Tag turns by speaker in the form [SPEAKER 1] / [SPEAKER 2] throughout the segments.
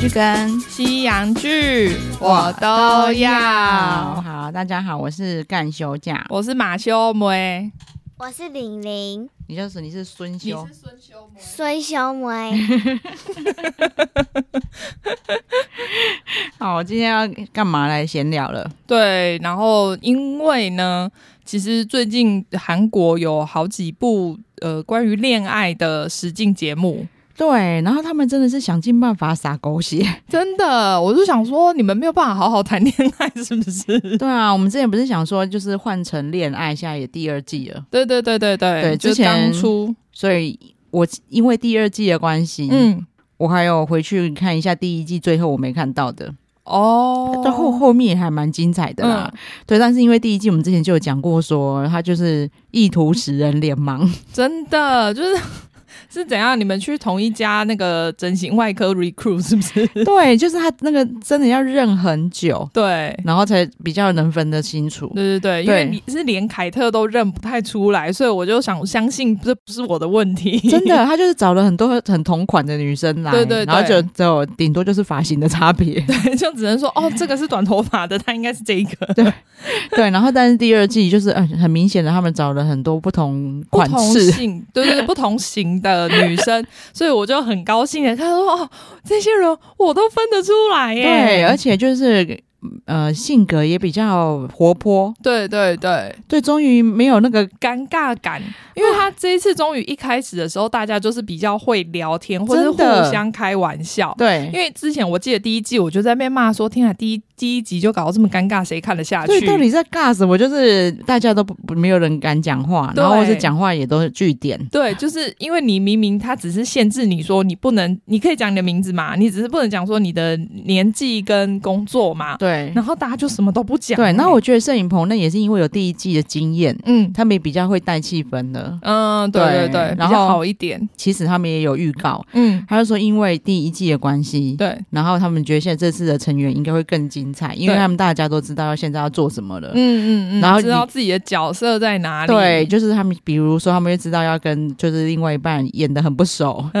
[SPEAKER 1] 剧跟
[SPEAKER 2] 西洋剧我都要。
[SPEAKER 1] 好，大家好，我是干休假，
[SPEAKER 2] 我是马修梅，
[SPEAKER 3] 我是玲玲，
[SPEAKER 1] 你就是你是孙休，
[SPEAKER 2] 孙修梅
[SPEAKER 3] 孙修梅，
[SPEAKER 1] 好，我今天要干嘛来闲聊了？
[SPEAKER 2] 对，然后因为呢，其实最近韩国有好几部呃关于恋爱的实境节目，
[SPEAKER 1] 对，然后他们真的是想尽办法撒狗血。
[SPEAKER 2] 真的，我就想说你们没有办法好好谈恋爱，是不是？
[SPEAKER 1] 对啊，我们之前不是想说就是换成恋爱，现在也第二季了，
[SPEAKER 2] 对对对对对，
[SPEAKER 1] 对
[SPEAKER 2] 就
[SPEAKER 1] 之前
[SPEAKER 2] 当初，
[SPEAKER 1] 所以我因为第二季的关系，嗯，
[SPEAKER 2] 嗯，
[SPEAKER 1] 我还有回去看一下第一季最后我没看到的，
[SPEAKER 2] 哦，嗯
[SPEAKER 1] 到后后面也还蛮精彩的啦。对，但是因为第一季我们之前就有讲过说他就是意图使人脸 盲。
[SPEAKER 2] 真的就是 是怎样？你们去同一家那个整形外科 recruit 是不 是？
[SPEAKER 1] 对，就是他那个真的要认很久，
[SPEAKER 2] 对。
[SPEAKER 1] 然后才比较能分得清楚。
[SPEAKER 2] 对对对，因
[SPEAKER 1] 对
[SPEAKER 2] 为你是连凯特都认不太出来，所以我就想相信这不是我的问题。
[SPEAKER 1] 真的，他就是找了很多很同款的女生来，
[SPEAKER 2] 对对对
[SPEAKER 1] 然后就只有顶多就是发型的差别，
[SPEAKER 2] 对，就只能说哦，这个是短头发的，他应该是这一个
[SPEAKER 1] 对。然后但是第二季就是嗯、很明显的，他们找了很多不同
[SPEAKER 2] 不
[SPEAKER 1] 款
[SPEAKER 2] 同
[SPEAKER 1] 式，
[SPEAKER 2] 性，对对对，不同型的女生， 所以我就很高兴的，他说哦，这些人我都分得出来耶。
[SPEAKER 1] 对，而且就是呃性格也比较活泼，
[SPEAKER 2] 对对对，
[SPEAKER 1] 对，终于没有那个
[SPEAKER 2] 尴尬感，因为他这一次终于一开始的时候，大家就是比较会聊天，或是
[SPEAKER 1] 真
[SPEAKER 2] 互
[SPEAKER 1] 的
[SPEAKER 2] 相开玩笑。因
[SPEAKER 1] 对。
[SPEAKER 2] 为之前我记得第一季，我就在那边骂说：“天啊，第一第一集就搞到这么尴尬，谁看得下去
[SPEAKER 1] 对，？”到底在尬什么？就是大家都不不没有人敢讲话，
[SPEAKER 2] 对
[SPEAKER 1] 然后或是讲话也都是据点。
[SPEAKER 2] 对，就是因为你明明他只是限制你说你不能，你可以讲你的名字嘛，你只是不能讲说你的年纪跟工作嘛，
[SPEAKER 1] 对，
[SPEAKER 2] 然后大家就什么都不讲。
[SPEAKER 1] 对，那我觉得摄影棚那也是因为有第一季的经验，
[SPEAKER 2] 嗯
[SPEAKER 1] 他们也比较会带气氛的。
[SPEAKER 2] 嗯，对
[SPEAKER 1] 对
[SPEAKER 2] 对对，比
[SPEAKER 1] 然
[SPEAKER 2] 较
[SPEAKER 1] 后
[SPEAKER 2] 好一点。
[SPEAKER 1] 其实他们也有预告，
[SPEAKER 2] 嗯，
[SPEAKER 1] 他就说因为第一季的关系，
[SPEAKER 2] 对，
[SPEAKER 1] 然后他们觉得现在这次的成员应该会更精彩，因为
[SPEAKER 2] 对
[SPEAKER 1] 他们大家都知道现在要做什么了。
[SPEAKER 2] 嗯嗯嗯，
[SPEAKER 1] 然后
[SPEAKER 2] 知
[SPEAKER 1] 你
[SPEAKER 2] 道自己的角色在哪里。
[SPEAKER 1] 对，就是他们，比如说他们就知道要跟就是另外一半演的很不熟，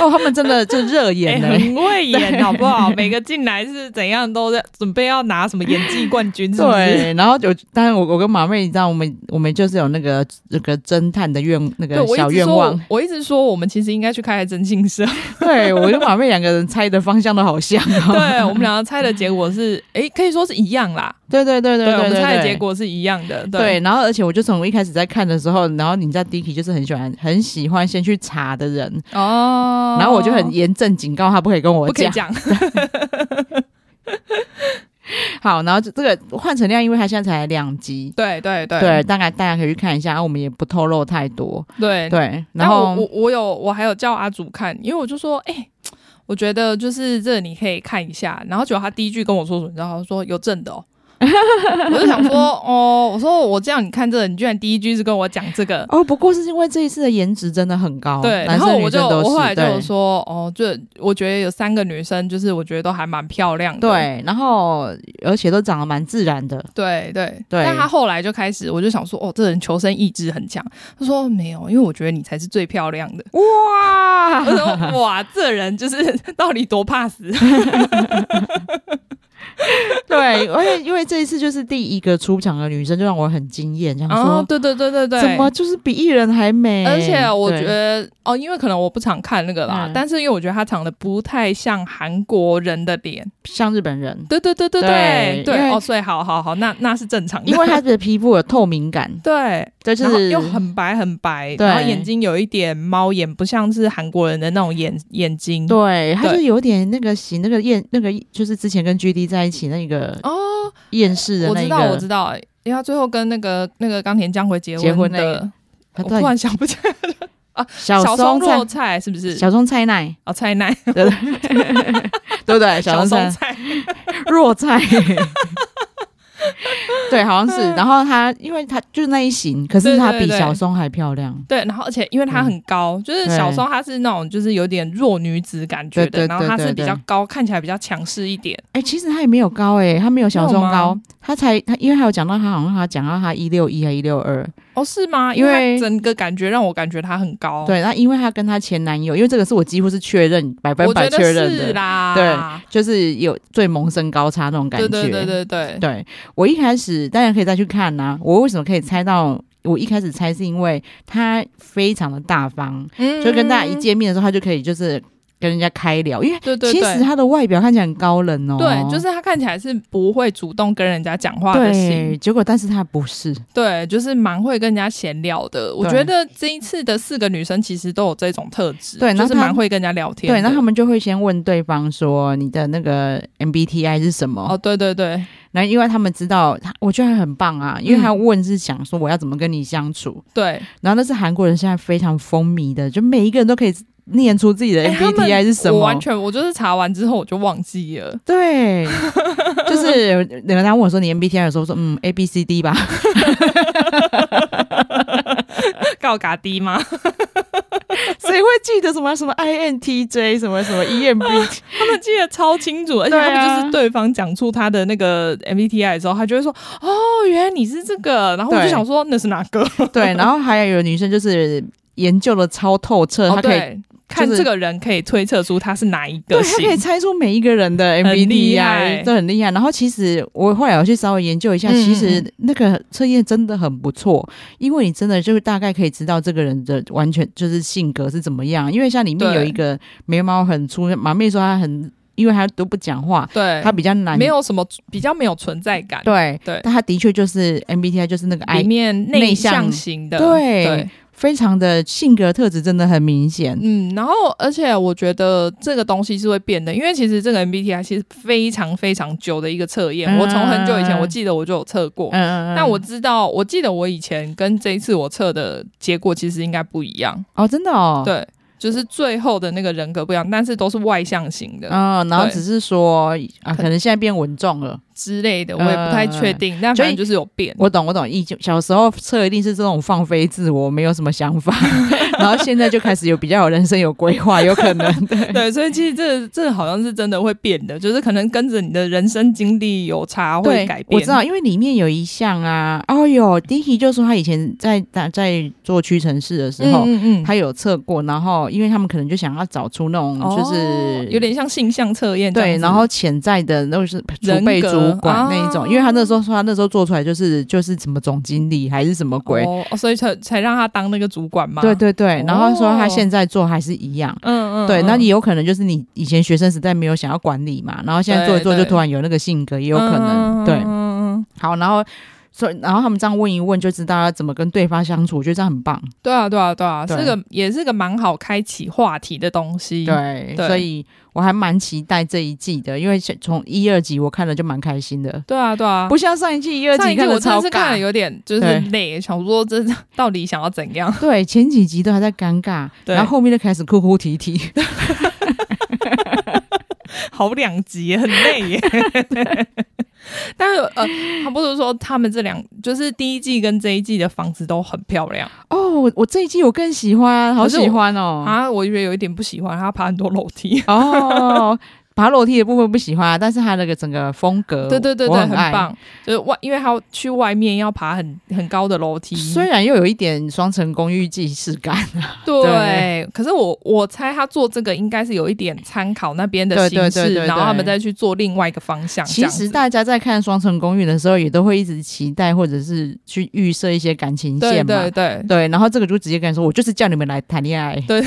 [SPEAKER 1] 哦，他们真的就热
[SPEAKER 2] 欸
[SPEAKER 1] 演了、
[SPEAKER 2] 很会演，好不好？每个进来是怎样都在准备要拿什么演技冠军，是不是？
[SPEAKER 1] 对，然后就，当然我我跟马妹，你知道，我们我们就是有那个那个侦探的愿那
[SPEAKER 2] 对，
[SPEAKER 1] 个
[SPEAKER 2] 我
[SPEAKER 1] 小
[SPEAKER 2] 一直
[SPEAKER 1] 愿
[SPEAKER 2] 说
[SPEAKER 1] 望
[SPEAKER 2] 我，，我一直说，我们其实应该去开真心 社。
[SPEAKER 1] 对我跟马妹两个人猜的方向都好像、哦，
[SPEAKER 2] 对我们两个猜的结果是，哎、可以说是一样啦。
[SPEAKER 1] 对对对对对，
[SPEAKER 2] 我们
[SPEAKER 1] 对
[SPEAKER 2] 猜的
[SPEAKER 1] 对
[SPEAKER 2] 结果是一样的。
[SPEAKER 1] 对，
[SPEAKER 2] 对，
[SPEAKER 1] 然后而且我就从一开始在看的时候，然后你知道 Dicky 就是很喜欢很喜欢先去查的人，
[SPEAKER 2] 哦
[SPEAKER 1] 然后我就很严正警告他不可以跟我
[SPEAKER 2] 不可以
[SPEAKER 1] 讲。
[SPEAKER 2] 讲，
[SPEAKER 1] 好，然后这这个换成量，因为他现在才两集，
[SPEAKER 2] 对对对
[SPEAKER 1] 对，大概大家可以去看一下，然后啊我们也不透露太多，
[SPEAKER 2] 对。
[SPEAKER 1] 对，然
[SPEAKER 2] 但我我
[SPEAKER 1] 后。
[SPEAKER 2] 我有我还有叫阿祖看，因为我就说，哎、我觉得就是这你可以看一下。然后结果他第一句跟我说什么，你知道，他说有正 的哦。我就想说，哦，我说我这样你看这个，你居然第一句是跟我讲这个，
[SPEAKER 1] 哦，不过是因为这一次的颜值真的很高，
[SPEAKER 2] 对。
[SPEAKER 1] 哦男
[SPEAKER 2] 然
[SPEAKER 1] 生
[SPEAKER 2] 后
[SPEAKER 1] 女
[SPEAKER 2] 我就
[SPEAKER 1] 生都
[SPEAKER 2] 我
[SPEAKER 1] 是
[SPEAKER 2] 后来就有
[SPEAKER 1] 对
[SPEAKER 2] 说，哦，就我觉得有三个女生，就是我觉得都还蛮漂亮的，
[SPEAKER 1] 对，然后而且都长得蛮自然的，
[SPEAKER 2] 对对
[SPEAKER 1] 对
[SPEAKER 2] 但他后来就开始，我就想说，哦，这人求生意志很强。他说没有，因为我觉得你才是最漂亮 的。
[SPEAKER 1] 哇
[SPEAKER 2] 我说哇，这人就是到底多怕死。
[SPEAKER 1] 对，而且因为这一次就是第一个出场的女生，就让我很惊艳，想说、
[SPEAKER 2] 哦，对对对对对，
[SPEAKER 1] 怎么？就是比艺人还美？
[SPEAKER 2] 而且我觉
[SPEAKER 1] 对
[SPEAKER 2] 得哦，因为可能我不常看那个啦，
[SPEAKER 1] 嗯
[SPEAKER 2] 但是因为我觉得他长得不太像韩国人的脸，
[SPEAKER 1] 像日本人，
[SPEAKER 2] 对对对对
[SPEAKER 1] 对
[SPEAKER 2] 对
[SPEAKER 1] 因为
[SPEAKER 2] 哦，所以好好好，那那是正常的，，
[SPEAKER 1] 因为他的皮肤有透明感
[SPEAKER 2] 对，
[SPEAKER 1] 对，
[SPEAKER 2] 然后
[SPEAKER 1] 就是
[SPEAKER 2] 又很白很白，
[SPEAKER 1] 对
[SPEAKER 2] 然后眼睛有一点猫眼，不像是韩国人的那种眼眼睛，
[SPEAKER 1] 对，他就有点那个型，那个厌，那个就是之前跟 G D 在一起那个
[SPEAKER 2] 哦，
[SPEAKER 1] 厌世的
[SPEAKER 2] 我
[SPEAKER 1] 那
[SPEAKER 2] 知
[SPEAKER 1] 一个，
[SPEAKER 2] 道，我知道，因为他最后跟那个那个冈田将辉结
[SPEAKER 1] 结婚那
[SPEAKER 2] 的
[SPEAKER 1] 个，
[SPEAKER 2] 我
[SPEAKER 1] 他
[SPEAKER 2] 突
[SPEAKER 1] 对
[SPEAKER 2] 然想不起来，
[SPEAKER 1] 小
[SPEAKER 2] 松
[SPEAKER 1] 松
[SPEAKER 2] 若
[SPEAKER 1] 菜
[SPEAKER 2] 菜是不是？
[SPEAKER 1] 小松 菜奈，
[SPEAKER 2] 哦，菜奈，
[SPEAKER 1] 对不对？
[SPEAKER 2] 小
[SPEAKER 1] 松
[SPEAKER 2] 松
[SPEAKER 1] 菜
[SPEAKER 2] 菜，
[SPEAKER 1] 弱菜。 对，好像是。然后他，因为他就是那一型，可是
[SPEAKER 2] 对
[SPEAKER 1] 他
[SPEAKER 2] 嗯对
[SPEAKER 1] 比
[SPEAKER 2] 对
[SPEAKER 1] 小松还漂亮。
[SPEAKER 2] 对，然后而且因为她很高，就是
[SPEAKER 1] 嗯对
[SPEAKER 2] 小松她是那种就是有点弱女子感觉的，
[SPEAKER 1] 对对对
[SPEAKER 2] 然后她是比
[SPEAKER 1] 对
[SPEAKER 2] 较
[SPEAKER 1] 对
[SPEAKER 2] 高，看起来比较强势一点。
[SPEAKER 1] 哎、其实他也没有高哎、他没有小
[SPEAKER 2] 没有
[SPEAKER 1] 松
[SPEAKER 2] 吗
[SPEAKER 1] 高，他才他因为他有讲到他好像他讲到他一六一还一六二，
[SPEAKER 2] 哦，是吗？
[SPEAKER 1] 因
[SPEAKER 2] 因
[SPEAKER 1] 为
[SPEAKER 2] 为它整个感觉让我感觉他很高，，
[SPEAKER 1] 对，那因为她跟她前男友，因为这个是我几乎是确认百分
[SPEAKER 2] 哦我
[SPEAKER 1] 百
[SPEAKER 2] 觉
[SPEAKER 1] 确
[SPEAKER 2] 得
[SPEAKER 1] 认
[SPEAKER 2] 是
[SPEAKER 1] 的，
[SPEAKER 2] 啦，
[SPEAKER 1] 对就是有最萌身高差那种感觉。
[SPEAKER 2] 对对对对对，
[SPEAKER 1] 对我一开始当然可以再去看呐、我为什么可以猜到？我一开始猜是因为他非常的大方，
[SPEAKER 2] 嗯
[SPEAKER 1] 就跟大家一，见面的时候，他就可以就是跟人家开聊，因为
[SPEAKER 2] 对对
[SPEAKER 1] 其实
[SPEAKER 2] 对。
[SPEAKER 1] 他的外表看起来很高冷哦，
[SPEAKER 2] 对，就是他看起来是不会主动跟人家讲话的型
[SPEAKER 1] 对，，结果但是他不是，
[SPEAKER 2] 对，就是蛮会跟人家闲聊的。我
[SPEAKER 1] 对
[SPEAKER 2] 觉得这一次的四个女生其实都有这种特质，
[SPEAKER 1] 对然后
[SPEAKER 2] 就是
[SPEAKER 1] 她
[SPEAKER 2] 蛮会跟人家聊天的。
[SPEAKER 1] 对，那他们就会先问对方说你的那个 MBTI 是什么，
[SPEAKER 2] 哦，对对对，
[SPEAKER 1] 然后因为他们知道他，我觉得他很棒啊，因为
[SPEAKER 2] 嗯
[SPEAKER 1] 他问是想说我要怎么跟你相处，
[SPEAKER 2] 对，
[SPEAKER 1] 然后那是韩国人现在非常风靡的，就每一个人都可以念出自己的
[SPEAKER 2] 哎他们
[SPEAKER 1] MBTI 是什
[SPEAKER 2] 我
[SPEAKER 1] 么，
[SPEAKER 2] 完全，我就是查完之后我就忘记了。
[SPEAKER 1] 对， 就是有人家问我说你 MBTI 的时候，我说嗯 A B C D 吧，
[SPEAKER 2] 告嘎低吗？
[SPEAKER 1] 谁会记得什么什么 INTJ 什么什么 E EMB？
[SPEAKER 2] 他们记得超清楚，而且
[SPEAKER 1] 对啊
[SPEAKER 2] 他们就是对方讲出他的那个 MBTI 的时候，他就会说：“哦，原来你是这个。”然后我就
[SPEAKER 1] 对
[SPEAKER 2] 想说那是哪个？
[SPEAKER 1] 对，然后还有女生就是研究的超透彻，她
[SPEAKER 2] 哦，
[SPEAKER 1] 呃可以、
[SPEAKER 2] 对，看
[SPEAKER 1] 就是
[SPEAKER 2] 这个人可以推测出他是哪一
[SPEAKER 1] 对，
[SPEAKER 2] 个
[SPEAKER 1] 他可以
[SPEAKER 2] 型。
[SPEAKER 1] 猜出每一个人的
[SPEAKER 2] 很厉害
[SPEAKER 1] MBTI，这很厉害。然后其实我后来有去稍微研究一下，
[SPEAKER 2] 嗯
[SPEAKER 1] 其实那个测验真的很不错，因为你真的就是大概可以知道这个人的完全就是性格是怎么样。因为像里面
[SPEAKER 2] 对
[SPEAKER 1] 有一个眉毛很粗，马妹说她很，因为她都不讲话，
[SPEAKER 2] 对，
[SPEAKER 1] 她比较难
[SPEAKER 2] 没有什么比较没有存在感。
[SPEAKER 1] 对
[SPEAKER 2] 对
[SPEAKER 1] 但她的确就是 MBTI 就是那个 I
[SPEAKER 2] 里面内向型的，
[SPEAKER 1] 对
[SPEAKER 2] 对，
[SPEAKER 1] 非常的性格特质真的很明显。
[SPEAKER 2] 嗯，然后而且我觉得这个东西是会变的，因为其实这个 MBTI 其实非常非常久的一个测验，
[SPEAKER 1] 嗯
[SPEAKER 2] 我从很久以前我记得我就有测过，
[SPEAKER 1] 嗯嗯嗯
[SPEAKER 2] 但我知道，我记得我以前跟这一次我测的结果其实应该不一样，
[SPEAKER 1] 哦，真的哦，。
[SPEAKER 2] 对，就是最后的那个人格不一样，但是都是外向型的、
[SPEAKER 1] 嗯，然后
[SPEAKER 2] 对
[SPEAKER 1] 只是说啊，可能现在变稳重了，
[SPEAKER 2] 之类的，我也不太确定，但
[SPEAKER 1] 嗯所以
[SPEAKER 2] 反正就是有变，
[SPEAKER 1] 我懂，我懂。以前小时候测一定是这种放飞自我，没有什么想法， 然后现在就开始有比较有人生有规划，有 可能对。
[SPEAKER 2] 对，所以其实这这好像是真的会变的，就是可能跟着你的人生经历有差，会改变。
[SPEAKER 1] 我知道，因为里面有一项啊，哦哟，Dicky 就说他以前在在在做屈臣氏的时候，
[SPEAKER 2] 嗯
[SPEAKER 1] 他有测过，然后因为他们可能就想要找出那种嗯就是、
[SPEAKER 2] 哦有点像性向测验这样
[SPEAKER 1] 对，
[SPEAKER 2] 子哦
[SPEAKER 1] 然后潜在的那就是储
[SPEAKER 2] 人
[SPEAKER 1] 备
[SPEAKER 2] 格
[SPEAKER 1] 主管那一种，
[SPEAKER 2] 啊
[SPEAKER 1] 因为他那时候说他那时候做出来就是就是什么总经理还是什么鬼，
[SPEAKER 2] 哦，哦所以才才让他当那个主管嘛。
[SPEAKER 1] 对对对，然后说他
[SPEAKER 2] 哦
[SPEAKER 1] 现在做还是一样。
[SPEAKER 2] 嗯，嗯嗯，
[SPEAKER 1] 对，那也有可能就是你以前学生时代没有想要管理嘛，然后现在做一做
[SPEAKER 2] 对
[SPEAKER 1] 就
[SPEAKER 2] 对
[SPEAKER 1] 突然有那个性格，也有可能。
[SPEAKER 2] 嗯
[SPEAKER 1] 对
[SPEAKER 2] 嗯，嗯嗯
[SPEAKER 1] 好，然后所以然后他们这样问一问，就知道要怎么跟对方相处，我觉得这样很棒。
[SPEAKER 2] 对啊对啊对啊，
[SPEAKER 1] 对
[SPEAKER 2] 是个也是个蛮好开启话题的东西。
[SPEAKER 1] 对，
[SPEAKER 2] 对
[SPEAKER 1] 所以我还蛮期待这一季的，因为从一二集我看了就蛮开心的，
[SPEAKER 2] 对啊对啊。
[SPEAKER 1] 不像上一季一二
[SPEAKER 2] 上
[SPEAKER 1] 集
[SPEAKER 2] 一季
[SPEAKER 1] 看
[SPEAKER 2] 我
[SPEAKER 1] 的
[SPEAKER 2] 真
[SPEAKER 1] 超
[SPEAKER 2] 的是看了
[SPEAKER 1] 尬。
[SPEAKER 2] 有点就是
[SPEAKER 1] 对
[SPEAKER 2] 累，想说这到底想要怎样？
[SPEAKER 1] 对，前几集都还在尴尬，
[SPEAKER 2] 对
[SPEAKER 1] 然后后面就开始哭哭啼啼。
[SPEAKER 2] 好两集很累耶。 但是呃，他不是说他们这两就是第一季跟这一季的房子都很漂亮
[SPEAKER 1] 哦，我我这一季我更喜欢，好
[SPEAKER 2] 可是我
[SPEAKER 1] 喜欢哦。
[SPEAKER 2] 啊，我觉得有一点不喜欢，他爬很多楼梯。
[SPEAKER 1] 哦，爬楼梯的部分不喜欢，啊但是他那个整个风格，
[SPEAKER 2] 对对对
[SPEAKER 1] 我
[SPEAKER 2] 对，
[SPEAKER 1] 很
[SPEAKER 2] 很
[SPEAKER 1] 爱。
[SPEAKER 2] 棒。就是外，因为他去外面要爬很很高的楼梯，
[SPEAKER 1] 虽然又有一点双层公寓既视 感，
[SPEAKER 2] 对。
[SPEAKER 1] 对
[SPEAKER 2] 可是我我猜他做这个应该是有一点参考那边的
[SPEAKER 1] 对
[SPEAKER 2] 形
[SPEAKER 1] 对
[SPEAKER 2] 式，
[SPEAKER 1] 对对
[SPEAKER 2] 然后
[SPEAKER 1] 对
[SPEAKER 2] 他们再去做另外一个方向。这
[SPEAKER 1] 其
[SPEAKER 2] 样
[SPEAKER 1] 实
[SPEAKER 2] 子
[SPEAKER 1] 大家在看双层公寓的时候，也都会一直期待或者是去预设一些感情
[SPEAKER 2] 对
[SPEAKER 1] 线嘛。
[SPEAKER 2] 对对
[SPEAKER 1] 对然后这个就直接跟你说，我就是叫你们来谈恋爱。
[SPEAKER 2] 对，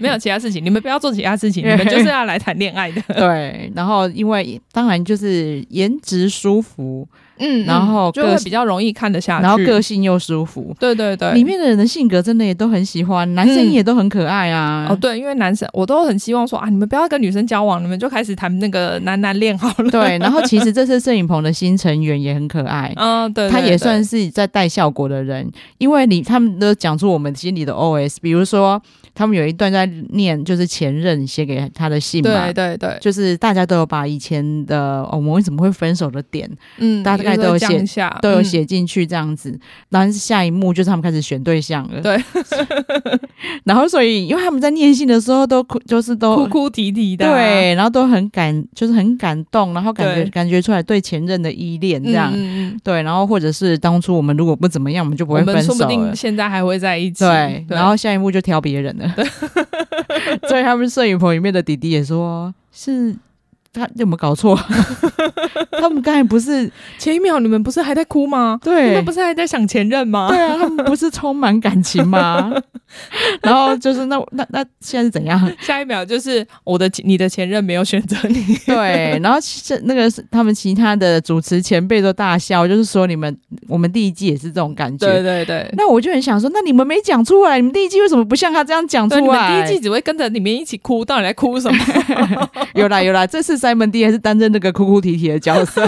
[SPEAKER 2] 没有其他事情，你们不要做其他事情，你们就是要来谈恋爱的。
[SPEAKER 1] 对，然后因为当然就是颜值舒服，
[SPEAKER 2] 嗯
[SPEAKER 1] 然后
[SPEAKER 2] 就
[SPEAKER 1] 个
[SPEAKER 2] 会
[SPEAKER 1] 性
[SPEAKER 2] 比较容易看得下啊去。
[SPEAKER 1] 然后个性又舒服，
[SPEAKER 2] 对对对，
[SPEAKER 1] 里面的人的性格真的也都很喜欢，男生
[SPEAKER 2] 嗯
[SPEAKER 1] 也都很可爱啊。
[SPEAKER 2] 哦对，因为男生我都很希望说啊，你们不要跟女生交往，你们就开始谈那个男男恋好 了。
[SPEAKER 1] 对，然后其实这次摄影棚的新成员也很可爱。
[SPEAKER 2] 嗯，对，
[SPEAKER 1] 他也算
[SPEAKER 2] 是
[SPEAKER 1] 是在带效果的人，因为你他们都讲出我们心里的 OS，比如说他们有一段在念就是前任写给他的信嘛
[SPEAKER 2] 对，对对对，
[SPEAKER 1] 就是大家都有把以前的、哦、我们为什么会分手的点
[SPEAKER 2] 嗯，
[SPEAKER 1] 大概都有写
[SPEAKER 2] 降一下，
[SPEAKER 1] 都有
[SPEAKER 2] 嗯
[SPEAKER 1] 写进去，这样子。然后下一幕就是他们开始选对象了。
[SPEAKER 2] 对，
[SPEAKER 1] 然后所以因为他们在念信的时候都哭，就是都
[SPEAKER 2] 哭哭啼啼的啊，
[SPEAKER 1] 对，然后都很感，就是很感动，然后感觉
[SPEAKER 2] 对
[SPEAKER 1] 感觉出来对前任的依恋
[SPEAKER 2] 嗯，
[SPEAKER 1] 这样。
[SPEAKER 2] 嗯嗯
[SPEAKER 1] 对，然后或者是当初我们如果不怎么样，我们就不
[SPEAKER 2] 我
[SPEAKER 1] 会分
[SPEAKER 2] 们说
[SPEAKER 1] 手
[SPEAKER 2] 不
[SPEAKER 1] 了
[SPEAKER 2] 定。现在还会在一起，
[SPEAKER 1] 对，
[SPEAKER 2] 对
[SPEAKER 1] 然后下一幕就挑别人了。 所以他们摄影棚里面的弟弟也说：“是他有没有 搞错？他们刚才不是
[SPEAKER 2] 前一秒你们不是还在哭吗？你
[SPEAKER 1] 对
[SPEAKER 2] 们不是还在想前任吗？
[SPEAKER 1] 对啊，他们不是充满感情 吗？然后就是那那那现在是怎样？
[SPEAKER 2] 下一秒就是我的你的前任没有选择你，
[SPEAKER 1] 对，然后是那个是他们其他的主持前辈都大笑，就是说你们我们第一季也是这种感
[SPEAKER 2] 对
[SPEAKER 1] 觉。
[SPEAKER 2] 对对。
[SPEAKER 1] 那我就很想说，那你们没讲出来，你们第一季为什么不像他这样讲出
[SPEAKER 2] 对，你
[SPEAKER 1] 来？
[SPEAKER 2] 们第一季只会跟着里面一起哭，到底在哭什么？
[SPEAKER 1] 有啦有啦，这次 Simon D 还是担任那个哭哭啼啼的角色，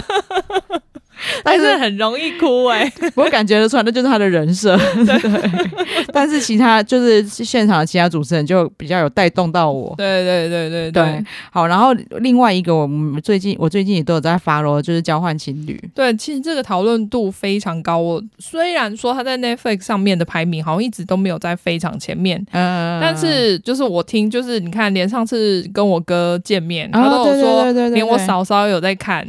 [SPEAKER 1] 但
[SPEAKER 2] 但
[SPEAKER 1] 是
[SPEAKER 2] 是很容易哭哎、
[SPEAKER 1] 我感觉得出来，那就是他的人设。对， 但是其他就是现场的其他主持人就比较有带动到我。
[SPEAKER 2] 对对对对
[SPEAKER 1] 对
[SPEAKER 2] 对，
[SPEAKER 1] 好，然后另外一个，我们最近我最近也都有在发咯，就是交换情侣。
[SPEAKER 2] 对，其实这个讨论度非常高。我虽然说它在 Netflix 上面的排名好像一直都没有在非常前面，
[SPEAKER 1] 嗯、
[SPEAKER 2] 但是就是我听，就是你看，连上次跟我哥见面，
[SPEAKER 1] 哦
[SPEAKER 2] 他都有说，
[SPEAKER 1] 对对对对对
[SPEAKER 2] 连我嫂嫂有在看，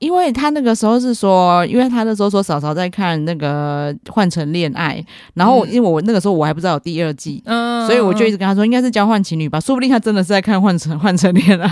[SPEAKER 1] 因为他那个时候是说，因为他那时候说嫂嫂在看那个《换成恋爱》，然后我、
[SPEAKER 2] 嗯
[SPEAKER 1] 因为我那个时候我还不知道有第二季。
[SPEAKER 2] 嗯，
[SPEAKER 1] 所以我就一直跟他说，应该是交换情侣吧，说不定他真的是在看《换成 换成恋爱》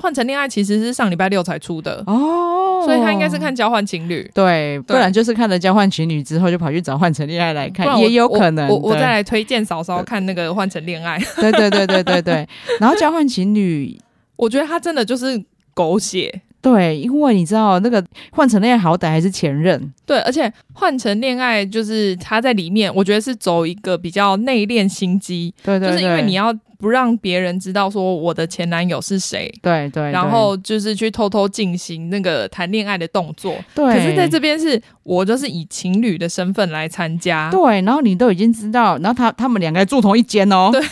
[SPEAKER 2] 换成恋爱其实是上礼拜六才出的，
[SPEAKER 1] 嗯哦
[SPEAKER 2] 所以他应该是看交换情侣。
[SPEAKER 1] 对，不然就是看了交换情侣之后，就跑去找换成恋爱来
[SPEAKER 2] 不
[SPEAKER 1] 看，
[SPEAKER 2] 然
[SPEAKER 1] 也有
[SPEAKER 2] 我
[SPEAKER 1] 可能。
[SPEAKER 2] 我我
[SPEAKER 1] 对
[SPEAKER 2] 再来推荐嫂嫂看那个《换成恋爱》，
[SPEAKER 1] 对对对对对对。然后交换情侣，
[SPEAKER 2] 我觉得他真的就是狗血，
[SPEAKER 1] 对，因为你知道那个换成恋爱好歹还是前任，
[SPEAKER 2] 对，而且换成恋爱就是他在里面，我觉得是走一个比较内敛心机，
[SPEAKER 1] 对对对，
[SPEAKER 2] 就是因为你要不让别人知道说我的前男友是谁，
[SPEAKER 1] 对对，
[SPEAKER 2] 然后就是去偷偷进行那个谈恋爱的动作。
[SPEAKER 1] 对，
[SPEAKER 2] 可
[SPEAKER 1] 对
[SPEAKER 2] 是在这边是我就是以情侣的身份来参加，
[SPEAKER 1] 对，然后你都已经知道，然后他他们两个还住同一间哦，对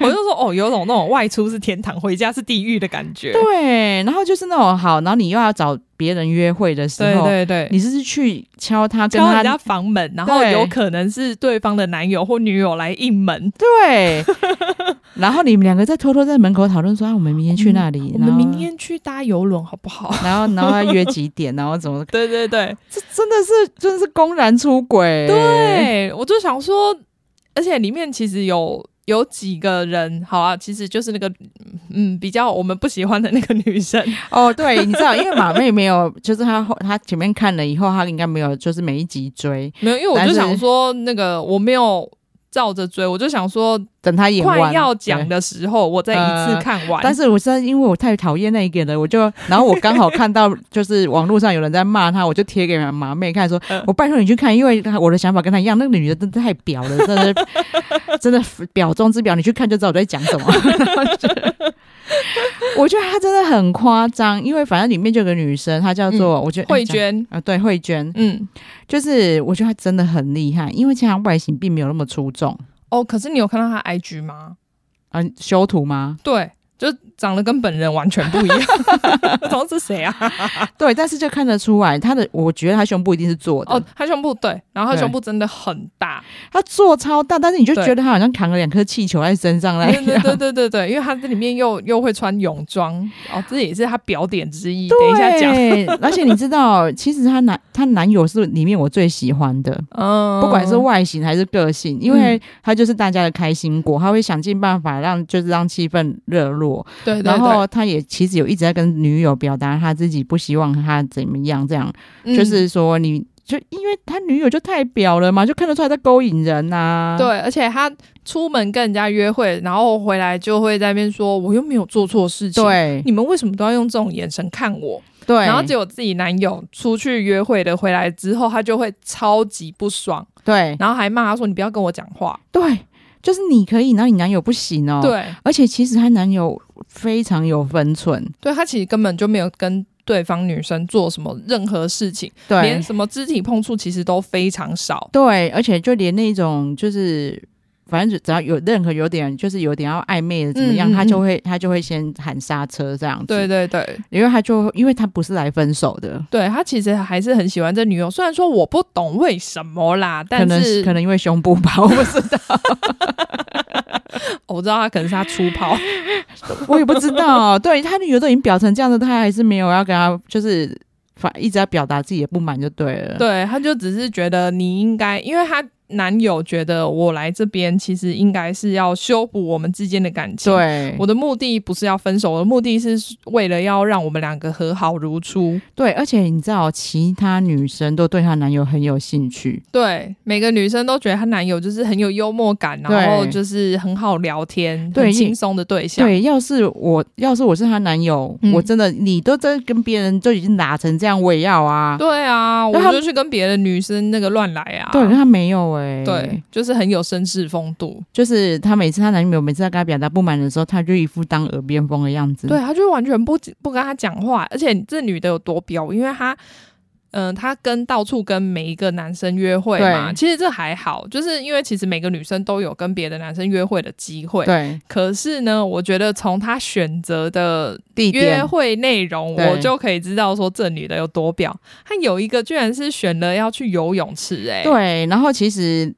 [SPEAKER 2] 我就说哦，有种那种外出是天堂，回家是地狱的感觉。
[SPEAKER 1] 然后就是那种好，然后你又要找别人约会的时
[SPEAKER 2] 对
[SPEAKER 1] 候，
[SPEAKER 2] 对对，
[SPEAKER 1] 你是去敲他跟
[SPEAKER 2] 敲
[SPEAKER 1] 他
[SPEAKER 2] 人家房门，然后
[SPEAKER 1] 对
[SPEAKER 2] 有可能是对方的男友或女友来应门。
[SPEAKER 1] 对，然后你们两个在偷偷在门口讨论说啊，我们明天去那里，
[SPEAKER 2] 嗯我
[SPEAKER 1] 然
[SPEAKER 2] 们
[SPEAKER 1] 后
[SPEAKER 2] 明天去搭游轮好不 好？
[SPEAKER 1] 然后然后要约几点，然后 怎么，
[SPEAKER 2] 对对对
[SPEAKER 1] 这真的是真的是公然出轨，
[SPEAKER 2] 对，我就想说，而且里面其实有有几个人，好啊，其实就是那个嗯比较我们不喜欢的那个女生，
[SPEAKER 1] 哦，对，你知道，因为马妹没有，就是她后她前面看了以后，她应该没有，就是每一集追，
[SPEAKER 2] 没有，因为我就想说那个我没有。照着追，我就想说，
[SPEAKER 1] 等她演完
[SPEAKER 2] 快要讲
[SPEAKER 1] 对
[SPEAKER 2] 的时候，我再一次看完。
[SPEAKER 1] 但是我是因为我太讨厌那一个人，我就然后我刚好看到就是网络上有人在骂他，我就贴给马妹看说，
[SPEAKER 2] 嗯
[SPEAKER 1] 我拜托你去看，因为她我的想法跟她一样，那个女的真的太婊了，真的真的婊中之婊，你去看就知道我在讲什么。然后就我觉得她真的很夸张，因为反正里面就有个女生，她叫做、我觉得
[SPEAKER 2] 嗯慧娟，
[SPEAKER 1] 啊，对慧娟，
[SPEAKER 2] 嗯，
[SPEAKER 1] 就是我觉得她真的很厉害，因为其实她外形并没有那么出众
[SPEAKER 2] 哦，可是你有看到她 IG 吗？
[SPEAKER 1] 啊，修图吗？
[SPEAKER 2] 对，就长得跟本人完全不一样。我想说是谁啊？
[SPEAKER 1] 对，但是就看得出来，她的我觉得她胸部一定是做的
[SPEAKER 2] 哦，她胸部对，然后她
[SPEAKER 1] 对
[SPEAKER 2] 胸部真的很大。
[SPEAKER 1] 他做超大，但是你就
[SPEAKER 2] 对
[SPEAKER 1] 觉得他好像扛了两颗气球在身上来
[SPEAKER 2] 对对
[SPEAKER 1] 一
[SPEAKER 2] 对
[SPEAKER 1] 样。
[SPEAKER 2] 对对对，因为她这里面又又会穿泳装，哦，这也是她表点之 一。等一下讲，
[SPEAKER 1] 对，而且你知道，其实她男她男友是里面我最喜欢的，
[SPEAKER 2] 嗯，
[SPEAKER 1] 不管是外形还是个性，因为他就是大家的开心果，他会想尽办法让就是让气氛热络。
[SPEAKER 2] 对对对
[SPEAKER 1] 然后，他也其实有一直在跟女友表达他自己不希望他怎么样，这样、
[SPEAKER 2] 嗯
[SPEAKER 1] 就是说你就因为他女友就太婊了嘛，就看得出来在勾引人啊呐、
[SPEAKER 2] 对，而且他出门跟人家约会，然后回来就会在那边说：“我又没有做错事情，
[SPEAKER 1] 对
[SPEAKER 2] 你们为什么都要用这种眼神看我？”
[SPEAKER 1] 对，
[SPEAKER 2] 然后结果自己男友出去约会的回来之后，他就会超级不爽，
[SPEAKER 1] 对
[SPEAKER 2] 然后还骂他说：“你不要跟我讲话。
[SPEAKER 1] 对，就是你可以，然后你男友不行哦。。
[SPEAKER 2] 对，
[SPEAKER 1] 而且其实她男友非常有分寸，
[SPEAKER 2] 对他其实根本就没有跟对方女生做什么任何事情，连
[SPEAKER 1] 对
[SPEAKER 2] 什么肢体碰触其实都非常少。
[SPEAKER 1] 对，而且就连那种就是反正只要有任何有点就是有点要暧昧的怎么样，
[SPEAKER 2] 嗯嗯
[SPEAKER 1] 他就会他就会先喊刹车这样子。
[SPEAKER 2] 对对对，
[SPEAKER 1] 因为他就因为他不是来分手的，
[SPEAKER 2] 对他其实还是很喜欢这女友，虽然说我不懂为什么啦，
[SPEAKER 1] 可
[SPEAKER 2] 但
[SPEAKER 1] 能
[SPEAKER 2] 是
[SPEAKER 1] 可能因为胸部吧，我 不知道，
[SPEAKER 2] 我知道他可能是他粗炮，
[SPEAKER 1] 我也不知道。对他女友都已经表成这样子，他还是没有要跟他就是反一直在表达自己的不满就对了。
[SPEAKER 2] 对，他就只是觉得你应该，因为他男友觉得我来这边其实应该是要修补我们之间的感情。，
[SPEAKER 1] 对，
[SPEAKER 2] 我的目的不是要分手，我的目的是为了要让我们两个和好如初。
[SPEAKER 1] 对，而且你知道，其他女生都对她男友很有兴趣，
[SPEAKER 2] 对，每个女生都觉得她男友就是很有幽默感，
[SPEAKER 1] 对
[SPEAKER 2] 然后就是很好聊天，
[SPEAKER 1] 对
[SPEAKER 2] 很轻松的对象。
[SPEAKER 1] 对，要是我要是我是她男友，
[SPEAKER 2] 啊嗯
[SPEAKER 1] 我真的你都在跟别人就已经打成这样，我也要啊。
[SPEAKER 2] 对啊，
[SPEAKER 1] 那
[SPEAKER 2] 我
[SPEAKER 1] 他
[SPEAKER 2] 就去跟别的女生那个乱来啊。
[SPEAKER 1] 对，可是她没有哎、
[SPEAKER 2] 对，，就是很有绅士风度。
[SPEAKER 1] 就是她每次她男友每次在跟她表达不满的时候，她就一副当耳边风的样子。
[SPEAKER 2] 对，，他就完全不不跟他讲话，而且这女的有多彪，因为她。嗯，她跟到处跟每一个男生约会嘛，
[SPEAKER 1] 对
[SPEAKER 2] 其实这还好，就是因为其实每个女生都有跟别的男生约会的机会。
[SPEAKER 1] 对，
[SPEAKER 2] 可是呢，我觉得从她选择的
[SPEAKER 1] 地
[SPEAKER 2] 约
[SPEAKER 1] 点
[SPEAKER 2] 会内容，
[SPEAKER 1] 对
[SPEAKER 2] 我就可以知道说这女的有多婊。她有一个居然是选了要去游泳池、欸，哎，
[SPEAKER 1] 对，然后其实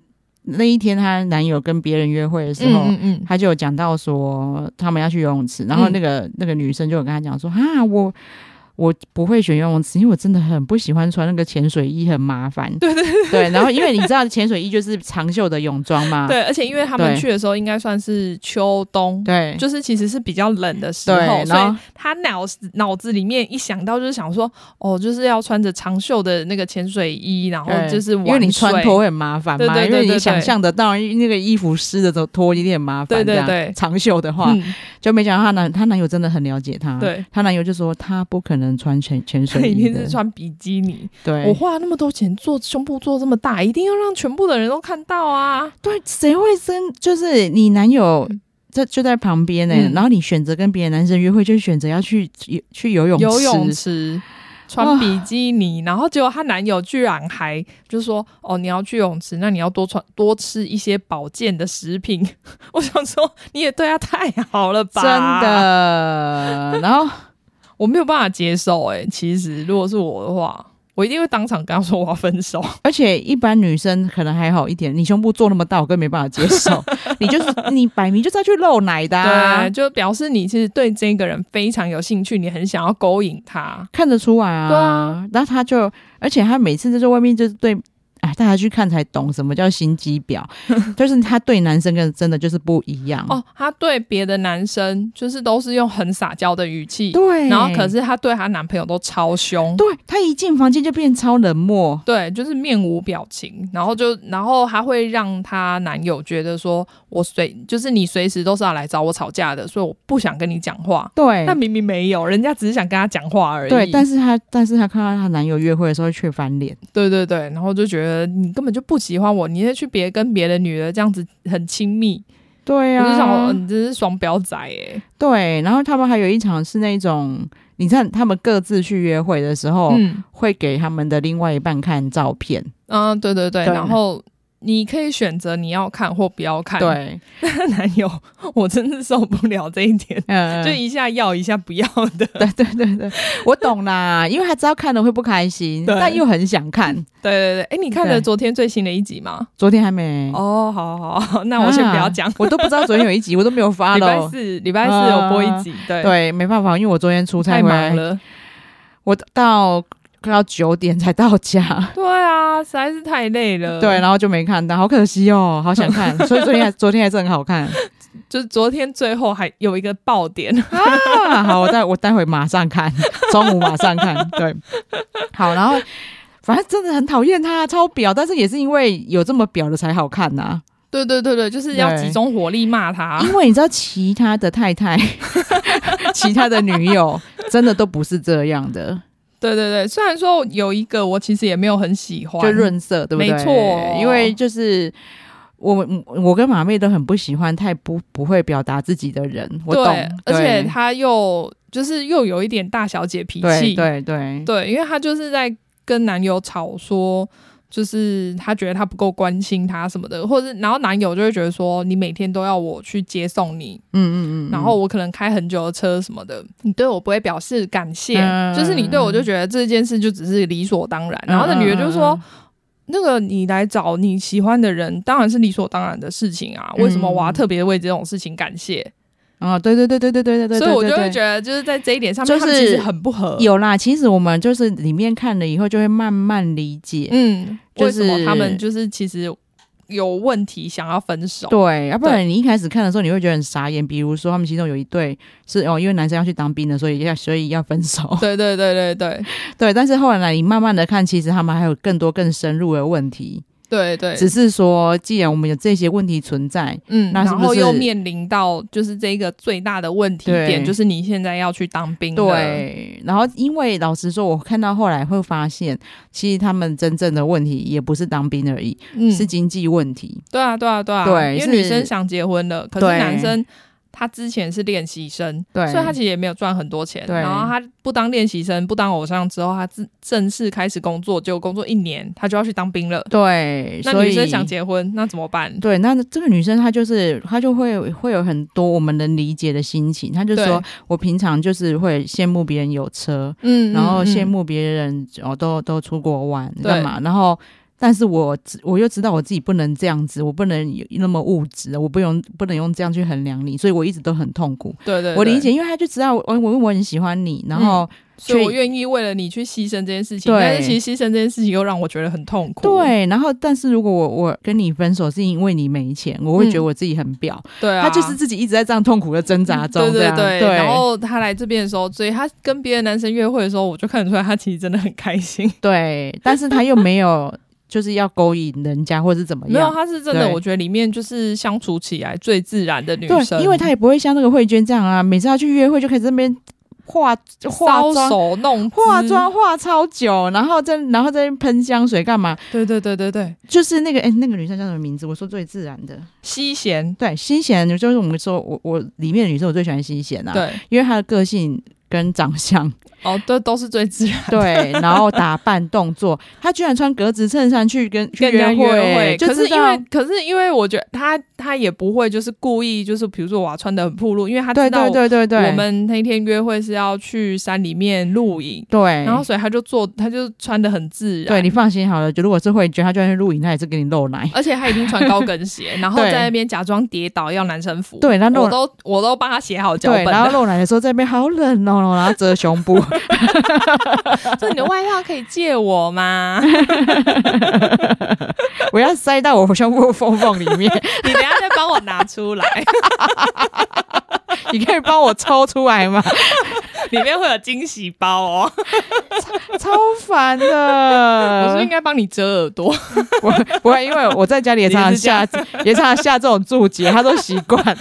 [SPEAKER 1] 那一天她男友跟别人约会的时候。
[SPEAKER 2] 嗯嗯
[SPEAKER 1] 他就有讲到说他们要去游泳池，然后那个、那个女生就有跟他讲说啊，我我不会选游泳池，因为我真的很不喜欢穿那个潜水衣，很麻烦。对对对然后因为你知道潜水衣就是长袖的泳装嘛，
[SPEAKER 2] 嗯，对，而且因为他们
[SPEAKER 1] 对
[SPEAKER 2] 去的时候应该算是秋冬，
[SPEAKER 1] 对
[SPEAKER 2] 就是其实是比较冷的时
[SPEAKER 1] 对
[SPEAKER 2] 候，所
[SPEAKER 1] 然
[SPEAKER 2] 以
[SPEAKER 1] 后
[SPEAKER 2] 他脑子脑子里面一想到就是想说，哦，就是要穿着长袖的那个潜水衣，然后
[SPEAKER 1] 对
[SPEAKER 2] 就是玩
[SPEAKER 1] 因为你穿
[SPEAKER 2] 水
[SPEAKER 1] 脱会很麻烦嘛，
[SPEAKER 2] 对对对
[SPEAKER 1] 因为
[SPEAKER 2] 对
[SPEAKER 1] 你
[SPEAKER 2] 对
[SPEAKER 1] 想象得到那个衣服湿的时候脱一定很麻烦，
[SPEAKER 2] 对对
[SPEAKER 1] 这样
[SPEAKER 2] 对
[SPEAKER 1] 长袖的话，
[SPEAKER 2] 嗯，
[SPEAKER 1] 就没想到她男她男友真的很了解她，
[SPEAKER 2] 对，
[SPEAKER 1] 她男友就说她不可能穿潜潜
[SPEAKER 2] 他
[SPEAKER 1] 水
[SPEAKER 2] 一
[SPEAKER 1] 衣
[SPEAKER 2] 定
[SPEAKER 1] 的
[SPEAKER 2] 是，穿比基尼。
[SPEAKER 1] 对，
[SPEAKER 2] 我花那么多钱做胸部做这么大，一定要让全部的人都看到啊！
[SPEAKER 1] 对，谁会生？就是你男友这就在旁边呢、
[SPEAKER 2] 嗯
[SPEAKER 1] 然后你选择跟别的男生约会，就选择要去去游泳池啊
[SPEAKER 2] 游泳池穿比基尼，然后结果她男友居然还就说：“哦，你要去泳池，那你要多穿多吃一些保健的食品。” 我想说，你也对她太好了吧？
[SPEAKER 1] 真，的。 然后
[SPEAKER 2] 我没有办法接受、欸。哎，其实如果是我的话，我一定会当场跟她说我要分手。
[SPEAKER 1] 而且一般女生可能还好一点，你胸部做那么大，我更没办法 接受。你就是你摆明就是要去露奶的、啊
[SPEAKER 2] 对，，就表示你其实对这个人非常有兴趣，你很想要勾引他。
[SPEAKER 1] 看得出来啊。
[SPEAKER 2] 对啊，
[SPEAKER 1] 然后他就，而且他每次就在外面就是对。哎，大家去看才懂什么叫心机 婊，就是他对男生跟真的就是不一样
[SPEAKER 2] 哦，她对别的男生就是都是用很撒娇的语气，
[SPEAKER 1] 对，
[SPEAKER 2] 然后可是她对她男朋友都超凶。
[SPEAKER 1] 对他一进房间就变超冷漠，
[SPEAKER 2] 对，就是面无表情，然后就，然后她会让她男友觉得说，我随就是你随时都是要来找我吵架的，所以我不想跟你讲话。
[SPEAKER 1] 对
[SPEAKER 2] 但明明没有，人家只是想跟她讲话而已。
[SPEAKER 1] 对，但是她但是她看到她男友约会的时候却翻脸，
[SPEAKER 2] 对对对，然后就觉得你根本就不喜欢我，你再去别跟别的女的这样子很亲密，
[SPEAKER 1] 对啊
[SPEAKER 2] 我就想嗯我你真是双标仔哎、
[SPEAKER 1] 对，然后他们还有一场是那种，你看他们各自去约会的时候，
[SPEAKER 2] 嗯
[SPEAKER 1] 会给他们的另外一半看照片，
[SPEAKER 2] 嗯，对对对，
[SPEAKER 1] 对
[SPEAKER 2] 然后。你可以选择你要看或不要看。，
[SPEAKER 1] 对，
[SPEAKER 2] 男友，我真是受不了这一点，
[SPEAKER 1] 嗯，
[SPEAKER 2] 就一下要一下不要的。
[SPEAKER 1] 对对对对，我懂啦，因为他知道看了会不开心，
[SPEAKER 2] 对
[SPEAKER 1] 但又很想看。
[SPEAKER 2] 对对对，哎，你看
[SPEAKER 1] 对
[SPEAKER 2] 了昨天最新的一集吗？
[SPEAKER 1] 昨天还没，
[SPEAKER 2] 哦，好好好，那我先不要讲。
[SPEAKER 1] 我都不知道昨天有一集，我都没有发
[SPEAKER 2] 礼拜
[SPEAKER 1] 了。
[SPEAKER 2] 四，礼拜四有播一集，啊哦对，
[SPEAKER 1] 对，没办法，因为我昨天出差
[SPEAKER 2] 太
[SPEAKER 1] 回来
[SPEAKER 2] 忙，了。
[SPEAKER 1] 我到快要九点才到家。
[SPEAKER 2] 对啊，实在是太累了。
[SPEAKER 1] 对，，然后就没看到，好可惜哦，好想看，所以昨天还昨天还是很好看
[SPEAKER 2] 就是昨天最后还有一个爆点，
[SPEAKER 1] 啊。好，我待我待会马上看，中午马上看。对，好，然后反正真的很讨厌他，超婊，但是也是因为有这么婊的才好看呐、
[SPEAKER 2] 对对对对，就是要
[SPEAKER 1] 对
[SPEAKER 2] 集中火力骂他。
[SPEAKER 1] 因为你知道其他的太太、其他的女友真的都不是这样的，
[SPEAKER 2] 对对对，虽然说有一个我其实也没有很喜欢，
[SPEAKER 1] 就润色，对不对？
[SPEAKER 2] 没错
[SPEAKER 1] 因为就是。我我跟马妹都很不喜欢太不不会表达自己的人，我懂
[SPEAKER 2] 对，，而且
[SPEAKER 1] 对
[SPEAKER 2] 他又就是又有一点大小姐脾
[SPEAKER 1] 对
[SPEAKER 2] 气，
[SPEAKER 1] 对对
[SPEAKER 2] 对，因为她就是在跟男友吵说，就是他觉得他不够关心他什么的，或者是然后男友就会觉得说你每天都要我去接送你，
[SPEAKER 1] 嗯嗯嗯，
[SPEAKER 2] 然后我可能开很久的车什么的，你对我不会表示感谢，
[SPEAKER 1] 嗯
[SPEAKER 2] 就是你对我就觉得这件事就只是理所当然。然后那女的就
[SPEAKER 1] 嗯
[SPEAKER 2] 说。那个你来找你喜欢的人，当然是理所当然的事情啊！为什么
[SPEAKER 1] 嗯
[SPEAKER 2] 我要特别为这种事情感谢？
[SPEAKER 1] 啊，对对对对对对对对，
[SPEAKER 2] 所以我
[SPEAKER 1] 对
[SPEAKER 2] 就会
[SPEAKER 1] 对
[SPEAKER 2] 觉得，就是在这一点上面，
[SPEAKER 1] 就是
[SPEAKER 2] 他们其实很不合。
[SPEAKER 1] 有啦。其实我们就是里面看了以后，就会慢慢理解。
[SPEAKER 2] 嗯，
[SPEAKER 1] 就
[SPEAKER 2] 为
[SPEAKER 1] 是
[SPEAKER 2] 什么他们就是其实有问题，想要分手？
[SPEAKER 1] 对，要不然你一开始看的时候，你会觉得很傻眼。比如说，他们其中有一对是哦，因为男生要去当兵了，所以要所以要分手。
[SPEAKER 2] 对对对对对
[SPEAKER 1] 对，但是后来你慢慢的看，其实他们还有更多更深入的问题。
[SPEAKER 2] 对对
[SPEAKER 1] 只是说，既然我们有这些问题存在，
[SPEAKER 2] 嗯，
[SPEAKER 1] 那是
[SPEAKER 2] 然
[SPEAKER 1] 不
[SPEAKER 2] 后
[SPEAKER 1] 是
[SPEAKER 2] 又面临到就是这个最大的问题
[SPEAKER 1] 对
[SPEAKER 2] 点，就是你现在要去当兵了。
[SPEAKER 1] 对，然后因为老实说，我看到后来会发现，其实他们真正的问题也不是当兵而已，
[SPEAKER 2] 嗯，
[SPEAKER 1] 是经济问题。
[SPEAKER 2] 对啊，对啊，对啊，
[SPEAKER 1] 对
[SPEAKER 2] 因为女
[SPEAKER 1] 是
[SPEAKER 2] 生想结婚了，可是
[SPEAKER 1] 对
[SPEAKER 2] 男生。他之前是练习生，
[SPEAKER 1] 对
[SPEAKER 2] 所以他其实也没有赚很多钱。
[SPEAKER 1] 对
[SPEAKER 2] 然后他不当练习生，不当偶像之后，他自正式开始工作，就工作一年，他就要去当兵了。
[SPEAKER 1] 对，
[SPEAKER 2] 那
[SPEAKER 1] 所
[SPEAKER 2] 女
[SPEAKER 1] 以
[SPEAKER 2] 生想结婚，那怎么办？
[SPEAKER 1] 对，那这个女生她就是她就会会有很多我们能理解的心情，她就说
[SPEAKER 2] 对
[SPEAKER 1] 我平常就是会羡慕别人有车，
[SPEAKER 2] 嗯
[SPEAKER 1] 然后
[SPEAKER 2] 嗯嗯
[SPEAKER 1] 羡慕别人哦都都出国玩
[SPEAKER 2] 对
[SPEAKER 1] 干嘛，然后。但是我知我又知道我自己不能这样子，我不能有那么物质，我不用不能用这样去衡量你，所以我一直都很痛苦。
[SPEAKER 2] 对对，
[SPEAKER 1] 我
[SPEAKER 2] 对嗯
[SPEAKER 1] 理解，，因为他就知道我我我我很喜欢你，然后、
[SPEAKER 2] 所以
[SPEAKER 1] 所以
[SPEAKER 2] 我愿意为了你去牺牲这件事情，
[SPEAKER 1] 对
[SPEAKER 2] 但是其实牺牲这件事情又让我觉得很痛苦。
[SPEAKER 1] 对，然后但是如果我我跟你分手是因为你没钱，我会觉得我自己很婊。
[SPEAKER 2] 嗯对啊，嗯
[SPEAKER 1] 他就是自己一直在这样痛苦的挣扎中，
[SPEAKER 2] 对
[SPEAKER 1] 这
[SPEAKER 2] 对
[SPEAKER 1] 样
[SPEAKER 2] 对，
[SPEAKER 1] 对
[SPEAKER 2] 然后他来这边的时候，所以他跟别的男生约会的时候，我就看得出来他其实真的很开 心。
[SPEAKER 1] 对，但是他又没有就是要勾引人家或是怎么
[SPEAKER 2] 没有，
[SPEAKER 1] 样。
[SPEAKER 2] 他是真的，
[SPEAKER 1] 对
[SPEAKER 2] 我觉得里面就是相处起来最自然的女生，
[SPEAKER 1] 对，因为他也不会像那个慧娟这样啊，每次要去约会就开始在那边化化
[SPEAKER 2] 搔
[SPEAKER 1] 妆、
[SPEAKER 2] 首弄姿
[SPEAKER 1] 化妆，化超久，然后再然后再喷香水干嘛？
[SPEAKER 2] 对对对对对，
[SPEAKER 1] 就是那个哎、那个女生叫什么名字？我说最自然的，
[SPEAKER 2] 西贤，
[SPEAKER 1] 对，新贤就是我们说我我里面的女生我最喜欢新贤啊，，
[SPEAKER 2] 对，
[SPEAKER 1] 因为她的个性跟长 相，
[SPEAKER 2] 哦，对，都是最自然的。
[SPEAKER 1] 对，然后打扮动作，她居然穿格子衬衫去跟去
[SPEAKER 2] 跟人家
[SPEAKER 1] 会，
[SPEAKER 2] 约
[SPEAKER 1] 就
[SPEAKER 2] 可是
[SPEAKER 1] 知
[SPEAKER 2] 因
[SPEAKER 1] 道
[SPEAKER 2] 为，可是因为我觉得他他也不会就是故意就是比如说我要穿的很暴露，因为他
[SPEAKER 1] 对
[SPEAKER 2] 知道
[SPEAKER 1] 对对对对，
[SPEAKER 2] 我们那天约会是要去山里面露营，
[SPEAKER 1] 对，
[SPEAKER 2] 然后所以啊他就做他就穿的很自然，
[SPEAKER 1] 对你放心好了，就如果是慧娟，她就算去录影，她也是给你露奶，
[SPEAKER 2] 而且他已经穿高跟鞋，然后
[SPEAKER 1] 对
[SPEAKER 2] 在那边假装跌倒要男生扶。
[SPEAKER 1] 对，然后
[SPEAKER 2] 我
[SPEAKER 1] 露。
[SPEAKER 2] 都我都帮他写好脚
[SPEAKER 1] 对，
[SPEAKER 2] 本
[SPEAKER 1] 然后
[SPEAKER 2] 了。
[SPEAKER 1] 露奶的时候在那边好冷哦，然后遮胸部，
[SPEAKER 2] 这你的外套可以借我吗？
[SPEAKER 1] 我要塞到我胸部缝缝里 面，
[SPEAKER 2] 你等一下再帮我拿出来，
[SPEAKER 1] 你可以帮我抽出来 吗？
[SPEAKER 2] 里面会有惊喜包哦。
[SPEAKER 1] 超烦的，
[SPEAKER 2] 我是不是应该帮你遮耳 朵，
[SPEAKER 1] 我不会，因为我在家里也常 常下也常常下这种注解，他都习惯了。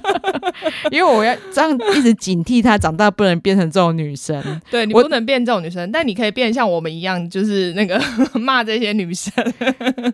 [SPEAKER 1] 因为我要这样一直警惕他，长大不能变成这种女生。
[SPEAKER 2] 对你
[SPEAKER 1] 我
[SPEAKER 2] 不能变这种女生，但你可以变像我们一样，就是那个 骂这些女生，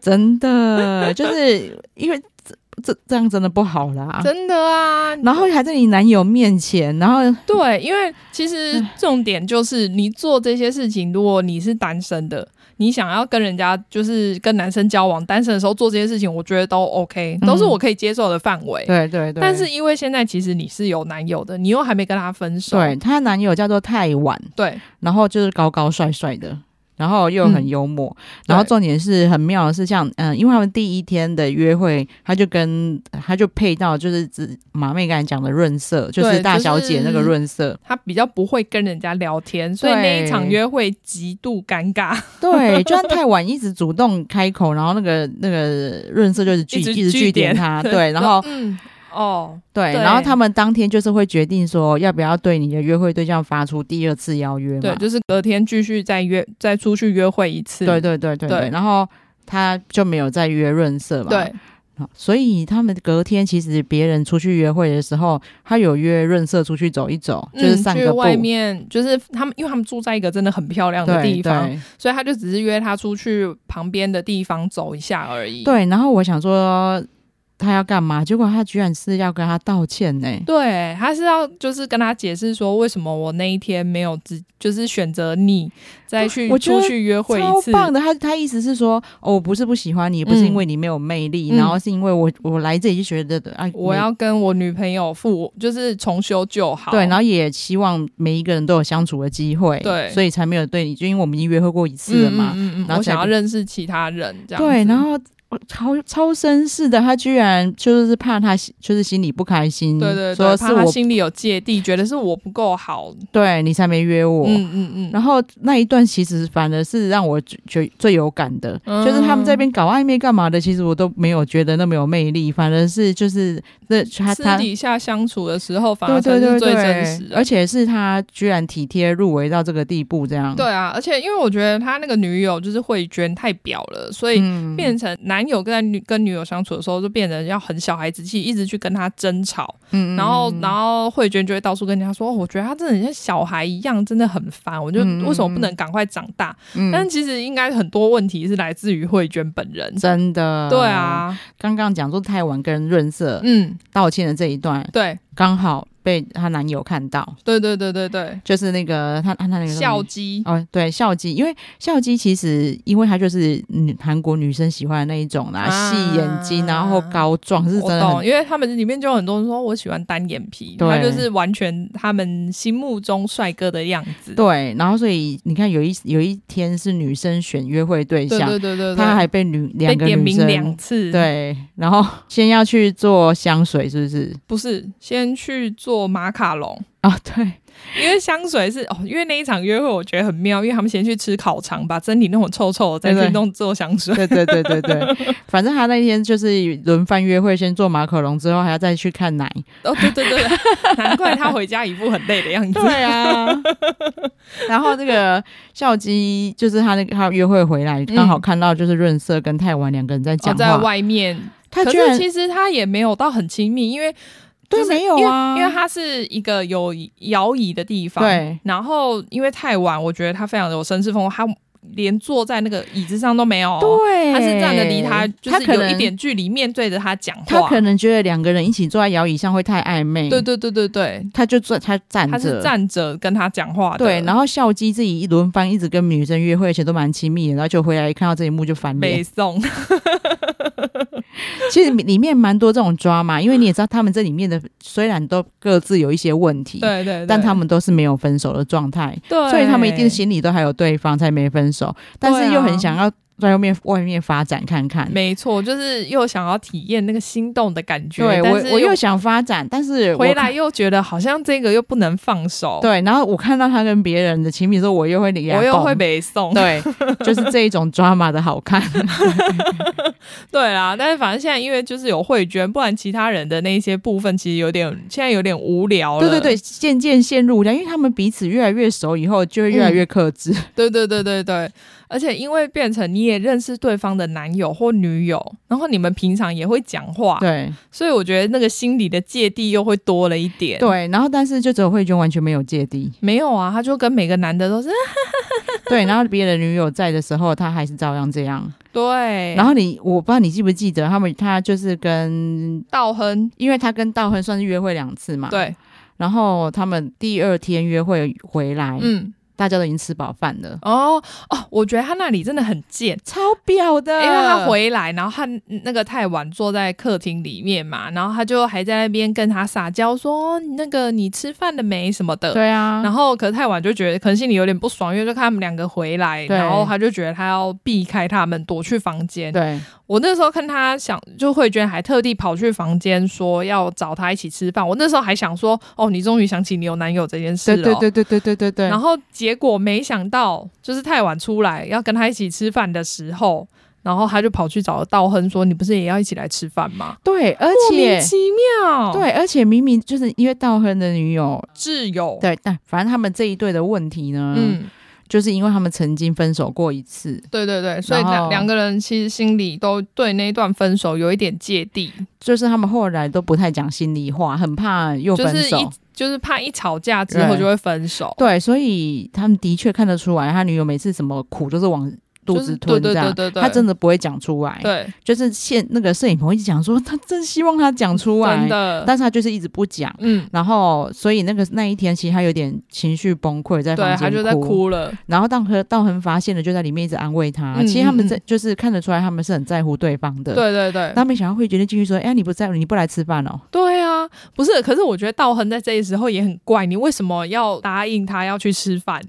[SPEAKER 1] 真的，就是因为这这这样真的不好啦。
[SPEAKER 2] 真的啊。
[SPEAKER 1] 然后还在你男友面前，然后
[SPEAKER 2] 对，因为其实重点就是你做这些事情，如果你是单身的，你想要跟人家就是跟男生交往，单身的时候做这些事情，我觉得都 OK，
[SPEAKER 1] 嗯
[SPEAKER 2] 都是我可以接受的范围。
[SPEAKER 1] 对对对，
[SPEAKER 2] 但是因为现在其实你是有男友的，你又还没跟他分手，
[SPEAKER 1] 对她男友叫做太晚，
[SPEAKER 2] 对
[SPEAKER 1] 然后就是高高帅帅的。然后又很
[SPEAKER 2] 嗯
[SPEAKER 1] 幽默，
[SPEAKER 2] 对
[SPEAKER 1] 然后重点是很妙的是像，嗯，因为他们第一天的约会，他就跟他就配到就是指马妹刚才讲的润色，就
[SPEAKER 2] 对
[SPEAKER 1] 是
[SPEAKER 2] 就
[SPEAKER 1] 大小姐那个
[SPEAKER 2] 是
[SPEAKER 1] 润色，
[SPEAKER 2] 他比较不会跟人家聊天，所以
[SPEAKER 1] 对
[SPEAKER 2] 那一场约会极度尴尬，
[SPEAKER 1] 对，就算太晚一直主动开口，然后那个那个润色就是拒
[SPEAKER 2] 一直
[SPEAKER 1] 直
[SPEAKER 2] 据
[SPEAKER 1] 据点
[SPEAKER 2] 点
[SPEAKER 1] 他， 对，然后
[SPEAKER 2] 嗯哦，
[SPEAKER 1] 对，
[SPEAKER 2] 对
[SPEAKER 1] 然后他们当天就是会决定说要不要对你的约会对象发出第二次邀约嘛，
[SPEAKER 2] 对，就是隔天继续再约，再出去约会一次，
[SPEAKER 1] 对对对对对，
[SPEAKER 2] 对
[SPEAKER 1] 然后他就没有再约润色嘛，
[SPEAKER 2] 对
[SPEAKER 1] 好所以他们隔天其实别人出去约会的时候，他有约润色出去走一走，就是
[SPEAKER 2] 嗯
[SPEAKER 1] 散
[SPEAKER 2] 去
[SPEAKER 1] 个步。
[SPEAKER 2] 外面，就是他们，因为他们住在一个真的很漂亮的
[SPEAKER 1] 对
[SPEAKER 2] 地方，
[SPEAKER 1] 对
[SPEAKER 2] 所以他就只是约他出去旁边的地方走一下而已。
[SPEAKER 1] 对，然后我想说，他要干嘛，结果他居然是要跟他道歉呢、
[SPEAKER 2] 对，他是要就是跟他解释说，为什么我那一天没有只就是选择你再去
[SPEAKER 1] 我觉
[SPEAKER 2] 出
[SPEAKER 1] 得
[SPEAKER 2] 去约会一
[SPEAKER 1] 超
[SPEAKER 2] 次，
[SPEAKER 1] 棒的，他他意思是说，哦，我不是不喜欢你，不是因为你没有魅力，
[SPEAKER 2] 嗯
[SPEAKER 1] 然后是因为我我来这里就觉得啊，
[SPEAKER 2] 我
[SPEAKER 1] 你
[SPEAKER 2] 要跟我女朋友复就是重修旧好。
[SPEAKER 1] 对，然后也希望每一个人都有相处的机会，
[SPEAKER 2] 对
[SPEAKER 1] 所以才没有对你，就因为我们已经约会过一次了嘛，
[SPEAKER 2] 嗯嗯嗯嗯
[SPEAKER 1] 然后
[SPEAKER 2] 我想
[SPEAKER 1] 才
[SPEAKER 2] 要
[SPEAKER 1] 不
[SPEAKER 2] 认识其他人这样子。
[SPEAKER 1] 对，然后我超超绅士的，他居然就是怕他心就是心里不开心，
[SPEAKER 2] 对对对，
[SPEAKER 1] 说
[SPEAKER 2] 怕
[SPEAKER 1] 嗯是
[SPEAKER 2] 他
[SPEAKER 1] 我
[SPEAKER 2] 心里有芥蒂，觉得是我不够好。
[SPEAKER 1] 对你才没约我。
[SPEAKER 2] 嗯嗯嗯，
[SPEAKER 1] 然后那一段其实反而是让我最最最有感的，
[SPEAKER 2] 嗯
[SPEAKER 1] 就是他们这边搞暧昧干嘛的，其实我都没有觉得那么有魅力，反而是就是那他
[SPEAKER 2] 私
[SPEAKER 1] 他
[SPEAKER 2] 底下相处的时候，反而
[SPEAKER 1] 对
[SPEAKER 2] 才
[SPEAKER 1] 对
[SPEAKER 2] 是
[SPEAKER 1] 对
[SPEAKER 2] 最
[SPEAKER 1] 对，
[SPEAKER 2] 真实的。
[SPEAKER 1] 而且是他居然体贴入微到这个地步，这样
[SPEAKER 2] 对，啊，而且因为我觉得他那个女友就是慧娟太婊了，所以
[SPEAKER 1] 嗯
[SPEAKER 2] 变成男友跟女跟女友相处的时候，就变成要很小孩子气，一直去跟他争吵。
[SPEAKER 1] 嗯
[SPEAKER 2] 然后，然后慧娟就会到处跟人家说：“哦我觉得他真的很像小孩一样，真的很烦。我就
[SPEAKER 1] 嗯嗯
[SPEAKER 2] 为什么不能赶快长大？”
[SPEAKER 1] 嗯
[SPEAKER 2] 但其实应该很多问题是来自于慧娟本人。
[SPEAKER 1] 真的，
[SPEAKER 2] 对，啊，
[SPEAKER 1] 刚刚讲说太晚跟润色
[SPEAKER 2] 嗯，
[SPEAKER 1] 道歉的这一段，
[SPEAKER 2] 对，
[SPEAKER 1] 刚好被她男友看到，
[SPEAKER 2] 对对对对对，
[SPEAKER 1] 就是那个她她那个叫什么
[SPEAKER 2] 笑肌。
[SPEAKER 1] 哦，对，孝姬，因为孝姬其实因为她就是嗯韩国女生喜欢的那一种啦，
[SPEAKER 2] 啊
[SPEAKER 1] 细眼睛，然后高壮，是真
[SPEAKER 2] 我
[SPEAKER 1] 的
[SPEAKER 2] 懂，
[SPEAKER 1] 很
[SPEAKER 2] 因为他们里面就有很多人说我喜欢单眼皮，
[SPEAKER 1] 对
[SPEAKER 2] 他就是完全他们心目中帅哥的样子。
[SPEAKER 1] 对。然后所以你看，有一有一天是女生选约会对
[SPEAKER 2] 对
[SPEAKER 1] 象，
[SPEAKER 2] 对对对，
[SPEAKER 1] 她还被女
[SPEAKER 2] 被
[SPEAKER 1] 两个
[SPEAKER 2] 点
[SPEAKER 1] 女
[SPEAKER 2] 名两
[SPEAKER 1] 生。
[SPEAKER 2] 次，，
[SPEAKER 1] 对，然后先要去做香水，是不是？
[SPEAKER 2] 不是先去做马卡龙，
[SPEAKER 1] 啊、对，
[SPEAKER 2] 因为香水是哦，因为那一场约会我觉得很妙，因为他们先去吃烤肠，把身体弄得臭臭的，再
[SPEAKER 1] 对
[SPEAKER 2] 去
[SPEAKER 1] 对
[SPEAKER 2] 弄做香水。
[SPEAKER 1] 对对对对对，反正他那天就是轮番约会，先做马可龙，之后还要再去看奶。
[SPEAKER 2] 哦，对对对， 难怪他回家一副很累的样子。
[SPEAKER 1] 啊，然后那个孝基就是他那个他约会回来，刚好看到就是润色跟泰文两个人在
[SPEAKER 2] 哦
[SPEAKER 1] 讲
[SPEAKER 2] 在
[SPEAKER 1] 话，
[SPEAKER 2] 外面，
[SPEAKER 1] 他
[SPEAKER 2] 可
[SPEAKER 1] 居
[SPEAKER 2] 是
[SPEAKER 1] 然
[SPEAKER 2] 其实他也没有到很亲密，因为
[SPEAKER 1] 对
[SPEAKER 2] 就是
[SPEAKER 1] 没有
[SPEAKER 2] 因
[SPEAKER 1] 啊，
[SPEAKER 2] 为因为它是一个有摇椅的地方，
[SPEAKER 1] 对。
[SPEAKER 2] 然后因为太晚，我觉得他非常的有绅士风，他连坐在那个椅子上都没有哦，
[SPEAKER 1] 对，
[SPEAKER 2] 他是站的离他就
[SPEAKER 1] 他
[SPEAKER 2] 是
[SPEAKER 1] 可
[SPEAKER 2] 有
[SPEAKER 1] 能
[SPEAKER 2] 一点距离，面对着他讲话。
[SPEAKER 1] 他可能觉得两个人一起坐在摇椅上会太暧昧，
[SPEAKER 2] 对，对对对对，
[SPEAKER 1] 他就坐他站着，
[SPEAKER 2] 他是站着跟他讲话的。
[SPEAKER 1] 对，然后孝基自己一轮番一直跟女生约会，而且都蛮亲密的，然后就回来一看到这一幕就翻脸
[SPEAKER 2] 北，宋
[SPEAKER 1] 其实里面蛮多这种抓嘛，因为你也知道，他们这里面的虽然都各自有一些问题，
[SPEAKER 2] 对对对，
[SPEAKER 1] 但他们都是没有分手的状态，
[SPEAKER 2] 对，
[SPEAKER 1] 所以他们一定心里都还有对方，才没分手，但是又很想要在外面外面发展看看。
[SPEAKER 2] 啊没错，就是又想要体验那个心动的感觉，
[SPEAKER 1] 对
[SPEAKER 2] 但
[SPEAKER 1] 我
[SPEAKER 2] 是，
[SPEAKER 1] 我又想发展，但是我
[SPEAKER 2] 回来又觉得好像这个又不能放手，
[SPEAKER 1] 对，然后我看到他跟别人的亲密的时候，我又会脸
[SPEAKER 2] 我又
[SPEAKER 1] 红
[SPEAKER 2] 会北宋。
[SPEAKER 1] 对，就是这一种 drama 的 好看。
[SPEAKER 2] 对啦，但是反正现在因为就是有慧娟，不然其他人的那一些部分其实有点现在有点无聊了。
[SPEAKER 1] 对对对，渐渐陷入，因为他们彼此越来越熟以后，就会越来越克制。
[SPEAKER 2] 对对对对对，而且因为变成你也认识对方的男友或女友，然后你们平常也会讲话，
[SPEAKER 1] 对
[SPEAKER 2] 所以我觉得那个心理的芥蒂又会多了一点。，
[SPEAKER 1] 对，然后但是就只有慧娟完全没有芥蒂。
[SPEAKER 2] 没有啊，他就跟每个男的都是哎
[SPEAKER 1] 对，然后别的女友在的时候，他还是照样这样。
[SPEAKER 2] 对，
[SPEAKER 1] 然后你，我不知道你记不记得，他们他就是跟，
[SPEAKER 2] 道亨，
[SPEAKER 1] 因为他跟道亨算是约会两次嘛。。
[SPEAKER 2] 对，
[SPEAKER 1] 然后他们第二天约会回来，
[SPEAKER 2] 嗯，
[SPEAKER 1] 大家都已经吃饱饭了，
[SPEAKER 2] 哦哦，我觉得他那里真的很贱。
[SPEAKER 1] 超表的，
[SPEAKER 2] 因为他回来，然后他那个太晚坐在客厅里面嘛，然后他就还在那边跟他撒娇说：“哦那个你吃饭了没？”什么的。
[SPEAKER 1] 对啊，
[SPEAKER 2] 然后可太晚就觉得可能心里有点不爽，因为就看他们两个回来，
[SPEAKER 1] 对
[SPEAKER 2] 然后他就觉得他要避开他们，躲去房间。
[SPEAKER 1] 对
[SPEAKER 2] 我那时候看他想，就慧娟还特地跑去房间说要找他一起吃饭。我那时候还想说，哦，你终于想起你有男友这件事
[SPEAKER 1] 对
[SPEAKER 2] 了。
[SPEAKER 1] 对对对对对对对，
[SPEAKER 2] 然后结果没想到，就是太晚出来要跟他一起吃饭的时候，然后他就跑去找道亨说：“你不是也要一起来吃饭吗
[SPEAKER 1] 对，？”而
[SPEAKER 2] 莫名
[SPEAKER 1] 且
[SPEAKER 2] 其妙，，
[SPEAKER 1] 对，而且明明就是因为道亨的女友，
[SPEAKER 2] 挚友，，
[SPEAKER 1] 对，但反正他们这一对的问题呢，
[SPEAKER 2] 嗯，
[SPEAKER 1] 就是因为他们曾经分手过一次，
[SPEAKER 2] 对对对，所以
[SPEAKER 1] 然
[SPEAKER 2] 两
[SPEAKER 1] 后
[SPEAKER 2] 两个人其实心里都对那一段分手有一点芥蒂，
[SPEAKER 1] 就是他们后来都不太讲心里话，很怕又
[SPEAKER 2] 就
[SPEAKER 1] 分
[SPEAKER 2] 是
[SPEAKER 1] 手。
[SPEAKER 2] 一就是怕一吵架之后
[SPEAKER 1] 对
[SPEAKER 2] 就会分手。
[SPEAKER 1] 对，所以他们的确看得出来，他女友每次什么苦都是往肚
[SPEAKER 2] 就是
[SPEAKER 1] 子吞
[SPEAKER 2] 对对
[SPEAKER 1] 这样，
[SPEAKER 2] 对对对
[SPEAKER 1] 他真的不会讲出来，
[SPEAKER 2] 对，
[SPEAKER 1] 就是现那个摄影棚一直讲说，他真希望他讲出来
[SPEAKER 2] 真，的，
[SPEAKER 1] 但是他就是一直不讲。
[SPEAKER 2] 嗯，
[SPEAKER 1] 然后，所以那个那一天，其实他有点情绪崩溃，在
[SPEAKER 2] 对，
[SPEAKER 1] 房
[SPEAKER 2] 他
[SPEAKER 1] 间
[SPEAKER 2] 就在哭了，
[SPEAKER 1] 然后当和道恒发现了，就在里面一直安慰他。
[SPEAKER 2] 嗯
[SPEAKER 1] 其实他们
[SPEAKER 2] 嗯
[SPEAKER 1] 在、
[SPEAKER 2] 嗯
[SPEAKER 1] 就是看得出来，他们是很在乎对方的。。
[SPEAKER 2] 对对对，
[SPEAKER 1] 但没想到会决定进去说：“哎、你不在，你不来吃饭哦。
[SPEAKER 2] 对啊，不是，可是我觉得道亨在这时候也很怪，你为什么要答应他要去吃饭？”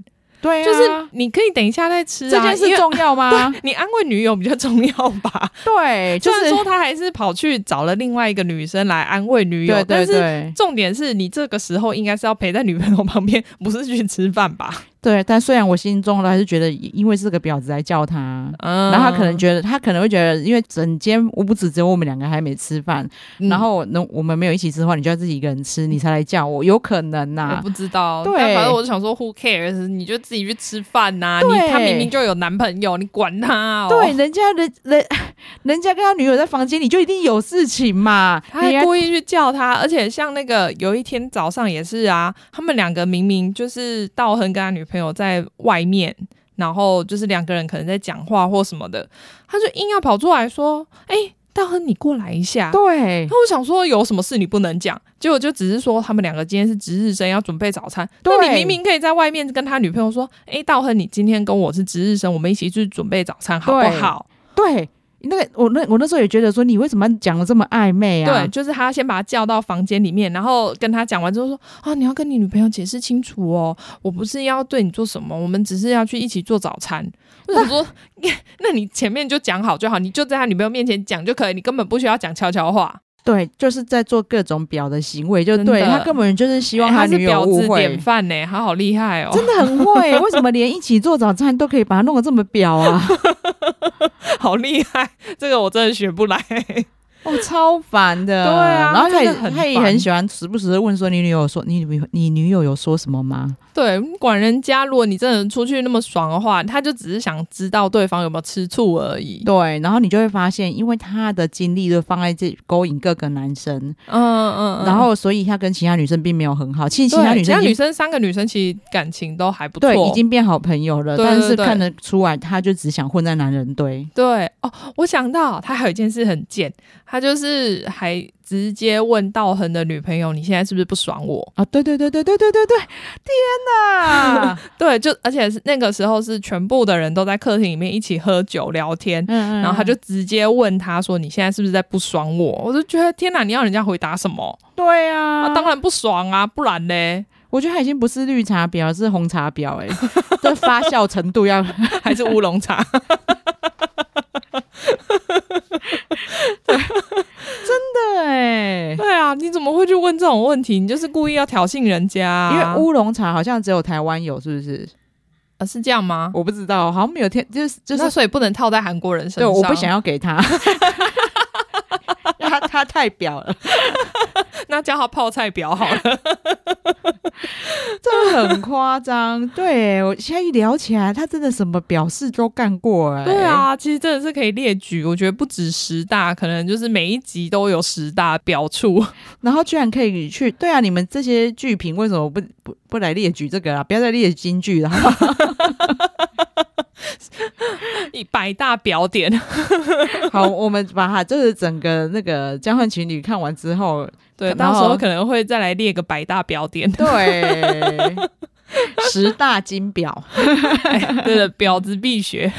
[SPEAKER 1] 对啊，
[SPEAKER 2] 就是你可以等一下再吃、啊，
[SPEAKER 1] 这件
[SPEAKER 2] 因
[SPEAKER 1] 事
[SPEAKER 2] 为
[SPEAKER 1] 重 要吗？
[SPEAKER 2] 你安慰女友比较重要 吧？
[SPEAKER 1] 对，就
[SPEAKER 2] 虽
[SPEAKER 1] 是
[SPEAKER 2] 然说他还是跑去找了另外一个女生来安慰女友，
[SPEAKER 1] 对对
[SPEAKER 2] 但是
[SPEAKER 1] 对
[SPEAKER 2] 重点是你这个时候应该是要陪在女朋友旁边，不是去吃饭吧？
[SPEAKER 1] 对。但虽然我心中呢，还是觉得因为是个婊子来叫他。
[SPEAKER 2] 嗯
[SPEAKER 1] 然后他可能觉得，他可能会觉得，因为整间屋子只有我们两个还没吃饭，
[SPEAKER 2] 嗯
[SPEAKER 1] 然后能我们没有一起吃的话，你就要自己一个人吃，你才来叫我，有可能呐、
[SPEAKER 2] 我不知道，
[SPEAKER 1] 对
[SPEAKER 2] 但反正我就想说，Who cares？你就自己去吃饭呐、
[SPEAKER 1] 对
[SPEAKER 2] 你他明明就有男朋友，你管他哦？
[SPEAKER 1] 对，，人家人人人家跟他女友在房间里就一定有事情嘛，
[SPEAKER 2] 他还
[SPEAKER 1] 人家
[SPEAKER 2] 故意去叫他，而且像那个有一天早上也是啊，他们两个明明就是道亨跟他女朋友在外面，然后就是两个人可能在讲话或什么的，他就硬要跑出来说：“哎、道亨，你过来一下。”
[SPEAKER 1] 对
[SPEAKER 2] 然后我想说有什么事你不能讲，结果就只是说他们两个今天是值日生，要准备早餐。
[SPEAKER 1] 对
[SPEAKER 2] 那你明明可以在外面跟他女朋友说：“哎、道亨，你今天跟我是值日生，我们一起去准备早餐好不
[SPEAKER 1] 对
[SPEAKER 2] 好？”
[SPEAKER 1] 对，那个我那我那时候也觉得说，你为什么讲的这么暧昧啊？
[SPEAKER 2] 对，就是他先把他叫到房间里面，然后跟他讲完之后说：“啊，你要跟你女朋友解释清楚哦，我不是要对你做什么，我们只是要去一起做早 餐。”我想说，那你前面就讲好就好，你就在他女朋友面前讲就可以，你根本不需要讲悄悄话。
[SPEAKER 1] 对，就是在做各种表的行为，就
[SPEAKER 2] 真
[SPEAKER 1] 对
[SPEAKER 2] 的
[SPEAKER 1] 他根本就是希望
[SPEAKER 2] 哎他是
[SPEAKER 1] 女友
[SPEAKER 2] 婊
[SPEAKER 1] 误
[SPEAKER 2] 子典
[SPEAKER 1] 会。
[SPEAKER 2] 范呢、他好厉害哦，
[SPEAKER 1] 真的很会，为什么连一起做早餐都可以把它弄得这么表啊？
[SPEAKER 2] 好厉害， 这个我真的学不来。
[SPEAKER 1] 哦，超烦的。
[SPEAKER 2] 对啊
[SPEAKER 1] 然后他也
[SPEAKER 2] 真的很
[SPEAKER 1] 他也
[SPEAKER 2] 烦
[SPEAKER 1] 很喜欢时不时的问说，你女友说你女你女友有说什么吗？
[SPEAKER 2] 对，你管人家，如果你真的出去那么爽的话，他就只是想知道对方有没有吃醋而已。
[SPEAKER 1] 对，然后你就会发现，因为他的精力就放在这勾引各个男生，
[SPEAKER 2] 嗯嗯，嗯
[SPEAKER 1] 然后所以他跟其他女生并没有很好。其实
[SPEAKER 2] 对
[SPEAKER 1] 其他女
[SPEAKER 2] 其他
[SPEAKER 1] 生已
[SPEAKER 2] 女
[SPEAKER 1] 经
[SPEAKER 2] 生三个女生其实感情都还不错，
[SPEAKER 1] 对已经变好朋友了，
[SPEAKER 2] 对
[SPEAKER 1] 但
[SPEAKER 2] 对
[SPEAKER 1] 是
[SPEAKER 2] 对
[SPEAKER 1] 看得出来，他就只想混在男人堆。
[SPEAKER 2] 对哦。我想到他还有一件事很贱，他就是还直接问道恒的女朋友：“你现在是不是不爽我
[SPEAKER 1] 啊，对对对对对对对对，天哪！？”
[SPEAKER 2] 对，就而且是那个时候是全部的人都在客厅里面一起喝酒聊天。
[SPEAKER 1] 嗯嗯
[SPEAKER 2] 然后他就直接问他说：“你现在是不是在不爽我？”我就觉得天哪，你要人家回答什么？
[SPEAKER 1] 对啊，
[SPEAKER 2] 啊，当然不爽啊，不然嘞，
[SPEAKER 1] 我觉得他已经不是绿茶婊，是红茶婊、欸， 哎，这发酵程度 要
[SPEAKER 2] 还是乌龙茶。
[SPEAKER 1] 对、欸。
[SPEAKER 2] 对啊，你怎么会去问这种问题？你就是故意要挑衅人家啊、
[SPEAKER 1] 因为乌龙茶好像只有台湾有，是不是？
[SPEAKER 2] 啊是这样吗？
[SPEAKER 1] 我不知道，好像没有天，就是就
[SPEAKER 2] 那
[SPEAKER 1] 是，
[SPEAKER 2] 所以不能套在韩国人身
[SPEAKER 1] 对，
[SPEAKER 2] 上。
[SPEAKER 1] 我不想。要给他， 他他太婊 了，
[SPEAKER 2] 那叫他泡菜婊好了。
[SPEAKER 1] 真的很夸张。对、欸我现在一聊起来，他真的什么表示都干过、欸，
[SPEAKER 2] 对，啊，其实真的是可以列举，我觉得不止十大，可能就是每一集都有十大表处。
[SPEAKER 1] 然后居然可以去，对啊，你们这些剧评为什么不不不来列举这个啊啦？不要再列金句了，好不好
[SPEAKER 2] 一百大表点，
[SPEAKER 1] 好，我们把它就是整个那个交换情侣看完之后，
[SPEAKER 2] 对，
[SPEAKER 1] 然
[SPEAKER 2] 到
[SPEAKER 1] 后
[SPEAKER 2] 时候可能会再来列个百大表 点。
[SPEAKER 1] 对， 十大金表。
[SPEAKER 2] 对的，婊子必学。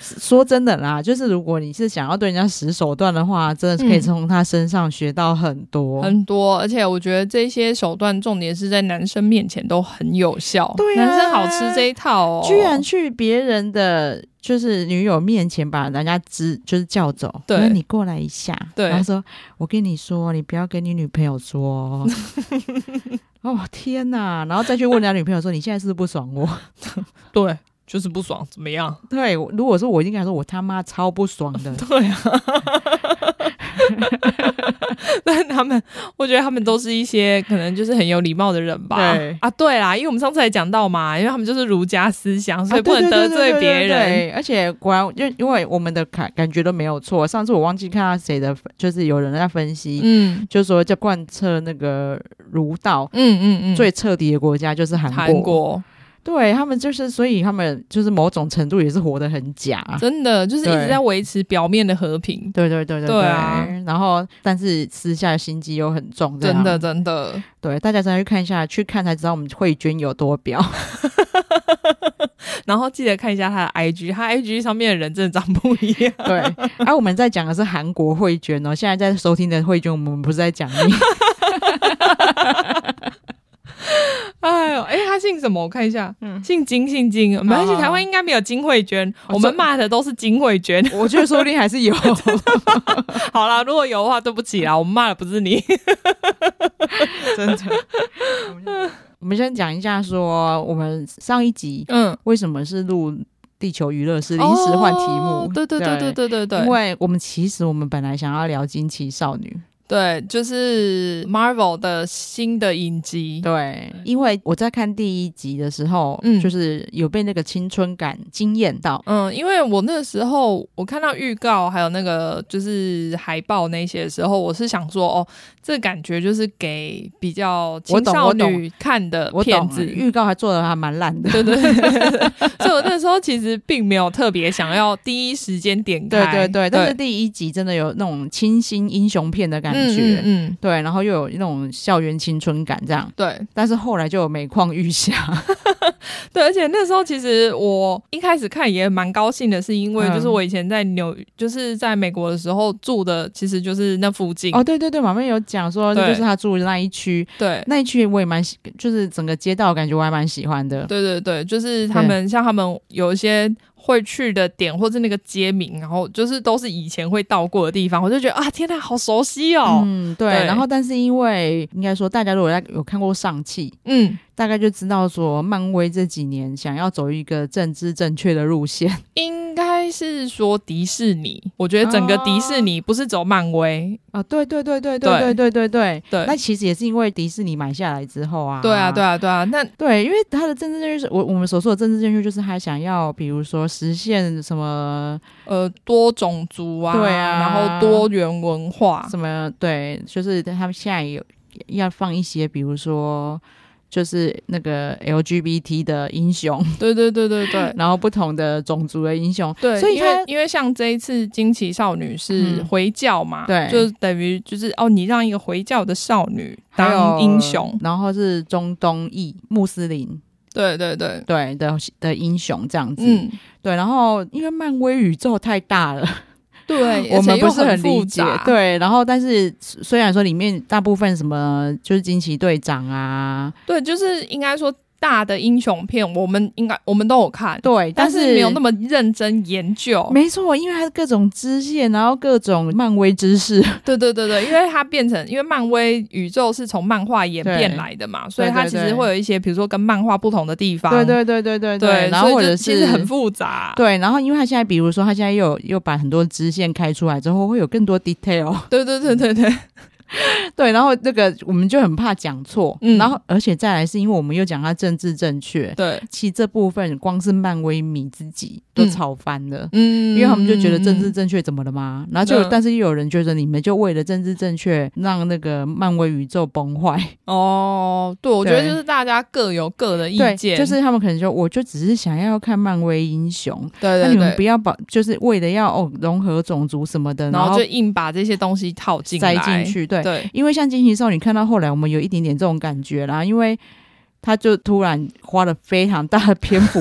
[SPEAKER 1] 说真的啦，就是如果你是想要对人家使手段的话，真的是可以
[SPEAKER 2] 嗯
[SPEAKER 1] 从他身上学到很 多。
[SPEAKER 2] 很多，而且我觉得这些手段重点是在男生面前都很有效，
[SPEAKER 1] 对啊
[SPEAKER 2] 男生好吃这一套哦。
[SPEAKER 1] 居然去别人的就是女友面前把人家支就是叫走，哎
[SPEAKER 2] 对
[SPEAKER 1] 那你过来一下，
[SPEAKER 2] 对
[SPEAKER 1] 然后说，我跟你说，你不要跟你女朋友说 哦。哦天哪！然后再去问人家女朋友说：“你现在是不是不爽我
[SPEAKER 2] 对，就是不爽，怎么样？？”
[SPEAKER 1] 对，我如果说我一定跟他说：“我他妈超不爽 的。
[SPEAKER 2] 对啊，但他们，我觉得他们都是一些可能就是很有礼貌的人吧。
[SPEAKER 1] 对
[SPEAKER 2] 啊，对啦，因为我们上次也讲到嘛，因为他们就是儒家思想，”所以
[SPEAKER 1] 啊
[SPEAKER 2] 不能得罪别。
[SPEAKER 1] 对对对对对
[SPEAKER 2] 人。
[SPEAKER 1] 对而且果然，因因为我们的感感觉都没有错。上次我忘记看到谁的，就是有人在分析，
[SPEAKER 2] 嗯
[SPEAKER 1] 就说叫贯彻那个儒道
[SPEAKER 2] 嗯嗯嗯，
[SPEAKER 1] 最彻底的国家就是韩
[SPEAKER 2] 韩国
[SPEAKER 1] 对他们就是，所以他们就是某种程度也是活得很假。
[SPEAKER 2] 真的就是一
[SPEAKER 1] 对
[SPEAKER 2] 直在维持表面的和平，
[SPEAKER 1] 对对对对
[SPEAKER 2] 对啊
[SPEAKER 1] 然后但是私下心机又很重，这样
[SPEAKER 2] 真的真的。
[SPEAKER 1] 对，大家真的去看一下，去看才知道我们慧娟有多婊。
[SPEAKER 2] 然后记得看一下他的 IG，他 IG 上面的人真的长不一 样。
[SPEAKER 1] 对，而、我们在讲的是韩国慧娟哦，现在在收听的慧娟，我们不是在讲你，
[SPEAKER 2] 哎呦，哎，他姓什么？我看一下，
[SPEAKER 1] 嗯
[SPEAKER 2] 姓金，姓金。没关系，
[SPEAKER 1] 好
[SPEAKER 2] 台湾应该没有金慧娟，
[SPEAKER 1] 啊哦
[SPEAKER 2] 我们骂的都是金慧娟。
[SPEAKER 1] 我觉得说不定还 是有。
[SPEAKER 2] 好啦，如果有的话，对不起啦，我们骂的不是你。
[SPEAKER 1] 真的。 我们先讲一下说，我们上一集
[SPEAKER 2] 嗯，
[SPEAKER 1] 为什么是录地球娱乐是 临时换题目？
[SPEAKER 2] 哦对对对对对对对，
[SPEAKER 1] 因为我们其实我们本来想要聊惊奇少女，
[SPEAKER 2] 对，就是 Marvel 的新的影集。
[SPEAKER 1] 对，因为我在看第一集的时候，
[SPEAKER 2] 嗯
[SPEAKER 1] 就是有被那个青春感惊艳到，
[SPEAKER 2] 嗯，因为我那时候我看到预告还有那个就是海报那些的时候，我是想说，哦，这感觉就是给比较
[SPEAKER 1] 我
[SPEAKER 2] 青
[SPEAKER 1] 懂
[SPEAKER 2] 少
[SPEAKER 1] 我懂
[SPEAKER 2] 女看的
[SPEAKER 1] 我
[SPEAKER 2] 片
[SPEAKER 1] 懂
[SPEAKER 2] 子
[SPEAKER 1] 了。预告还做的还蛮烂的，
[SPEAKER 2] 对对对，对 所以我那时候其实并没有特别想要第一时间点
[SPEAKER 1] 对
[SPEAKER 2] 开，
[SPEAKER 1] 对对，但是
[SPEAKER 2] 对
[SPEAKER 1] 第一集真的有那种清新英雄片的感觉，
[SPEAKER 2] 嗯嗯嗯，
[SPEAKER 1] 对，然后又有那种校园青春感这样，
[SPEAKER 2] 对
[SPEAKER 1] 但是后来就有每况愈下，
[SPEAKER 2] 对，而且那时候其实我一开始看也蛮高兴的，是因为
[SPEAKER 1] 嗯
[SPEAKER 2] 就是我以前在纽，就是在美国的时候住的，其实就是那附近，
[SPEAKER 1] 哦，对对对，马妹有讲说，这
[SPEAKER 2] 对
[SPEAKER 1] 就是他住的那一区，
[SPEAKER 2] 对。
[SPEAKER 1] 那一区我也蛮喜，就是整个街道感觉我还蛮喜欢的。
[SPEAKER 2] 对对对，就是他们像他们有一些会去的点，或是那个街名，然后就是都是以前会到过的地方，我就觉得啊，天呐，好熟悉哦。
[SPEAKER 1] 嗯，对。
[SPEAKER 2] 对
[SPEAKER 1] 然后，但是因为应该说，大家如果在有看过上汽，
[SPEAKER 2] 嗯，
[SPEAKER 1] 大概就知道说，漫威这几年想要走一个政治正确的路线。
[SPEAKER 2] 应该是说迪士尼，我觉得整个迪
[SPEAKER 1] 哦
[SPEAKER 2] 士尼不是走漫威，
[SPEAKER 1] 啊，对对对对对对
[SPEAKER 2] 对
[SPEAKER 1] 对对对。
[SPEAKER 2] 对
[SPEAKER 1] 那其实也是因为迪士尼买下来之后啊，
[SPEAKER 2] 对啊，对啊，对啊，那
[SPEAKER 1] 对，因为他的政治正确是，我我们所说的政治正确，就是他想要，比如说实现什么
[SPEAKER 2] 呃多种族啊，
[SPEAKER 1] 对啊
[SPEAKER 2] 然后多元文化，
[SPEAKER 1] 什么，对，就是他们现在有要放一些，比如说就是那个 LGBT 的英雄，
[SPEAKER 2] 对对对对对
[SPEAKER 1] 然后不同的种族的英雄，
[SPEAKER 2] 对，
[SPEAKER 1] 所以
[SPEAKER 2] 因
[SPEAKER 1] 他
[SPEAKER 2] 为因为像这一次惊奇少女是
[SPEAKER 1] 嗯
[SPEAKER 2] 回教嘛，
[SPEAKER 1] 对
[SPEAKER 2] 就是等于就是哦，你让一个回教的少女
[SPEAKER 1] 还有
[SPEAKER 2] 当英雄，
[SPEAKER 1] 然后是中东裔穆斯林
[SPEAKER 2] 对对对，
[SPEAKER 1] 对的的英雄这样子，
[SPEAKER 2] 嗯，
[SPEAKER 1] 对，然后因为漫威宇宙太大了，
[SPEAKER 2] 对，
[SPEAKER 1] 啊我
[SPEAKER 2] 而且
[SPEAKER 1] 们
[SPEAKER 2] 又
[SPEAKER 1] 不是
[SPEAKER 2] 很
[SPEAKER 1] 理
[SPEAKER 2] 复
[SPEAKER 1] 解
[SPEAKER 2] 杂，，
[SPEAKER 1] 对，然后但是虽然说里面大部分什么就是惊奇队长啊，
[SPEAKER 2] 对，就是应该说大的英雄片，我们应该我们都有看。
[SPEAKER 1] 对，
[SPEAKER 2] 但
[SPEAKER 1] 是
[SPEAKER 2] 是没有那么认真研究，
[SPEAKER 1] 没错，因为它各种支线，然后各种漫威知识，
[SPEAKER 2] 对对对对，因为它变成，因为漫威宇宙是从漫画演变来的嘛，所以它其实会有一些，比如说跟漫画不同的地方。
[SPEAKER 1] 对对对对对
[SPEAKER 2] 对
[SPEAKER 1] 然后
[SPEAKER 2] 所
[SPEAKER 1] 或
[SPEAKER 2] 以就
[SPEAKER 1] 者
[SPEAKER 2] 其
[SPEAKER 1] 是
[SPEAKER 2] 实很复杂。
[SPEAKER 1] 对，然后因为他现在，比如说他现在又有又把很多支线开出来之后，会有更多 detail，
[SPEAKER 2] 对对对对对，
[SPEAKER 1] 对，然后那个我们就很怕讲错，
[SPEAKER 2] 嗯
[SPEAKER 1] 然后而且再来是因为我们又讲它政治正确，
[SPEAKER 2] 对，
[SPEAKER 1] 其实这部分光是漫威迷自己都
[SPEAKER 2] 嗯
[SPEAKER 1] 吵翻了。
[SPEAKER 2] 嗯
[SPEAKER 1] 因为他们就觉得政治正确怎么了吗？然后就，
[SPEAKER 2] 嗯
[SPEAKER 1] 但是又有人觉得你们就为了政治正确让那个漫威宇宙崩坏，
[SPEAKER 2] 哦，对，我觉
[SPEAKER 1] 对
[SPEAKER 2] 得就是大家各有各的意
[SPEAKER 1] 对，
[SPEAKER 2] 见，
[SPEAKER 1] 就是他们可能就我就只是想要看漫威英雄，
[SPEAKER 2] 对
[SPEAKER 1] 那
[SPEAKER 2] 对
[SPEAKER 1] 你们不
[SPEAKER 2] 对，
[SPEAKER 1] 要把就是为了要哦融合种族什么的，
[SPEAKER 2] 然
[SPEAKER 1] 后
[SPEAKER 2] 后就硬把这些东西套进
[SPEAKER 1] 塞
[SPEAKER 2] 来
[SPEAKER 1] 进。去，对。
[SPEAKER 2] 对
[SPEAKER 1] 因为像惊奇少女看到后来，我们有一点点这种感觉啦，因为他就突然花了非常大的篇 幅，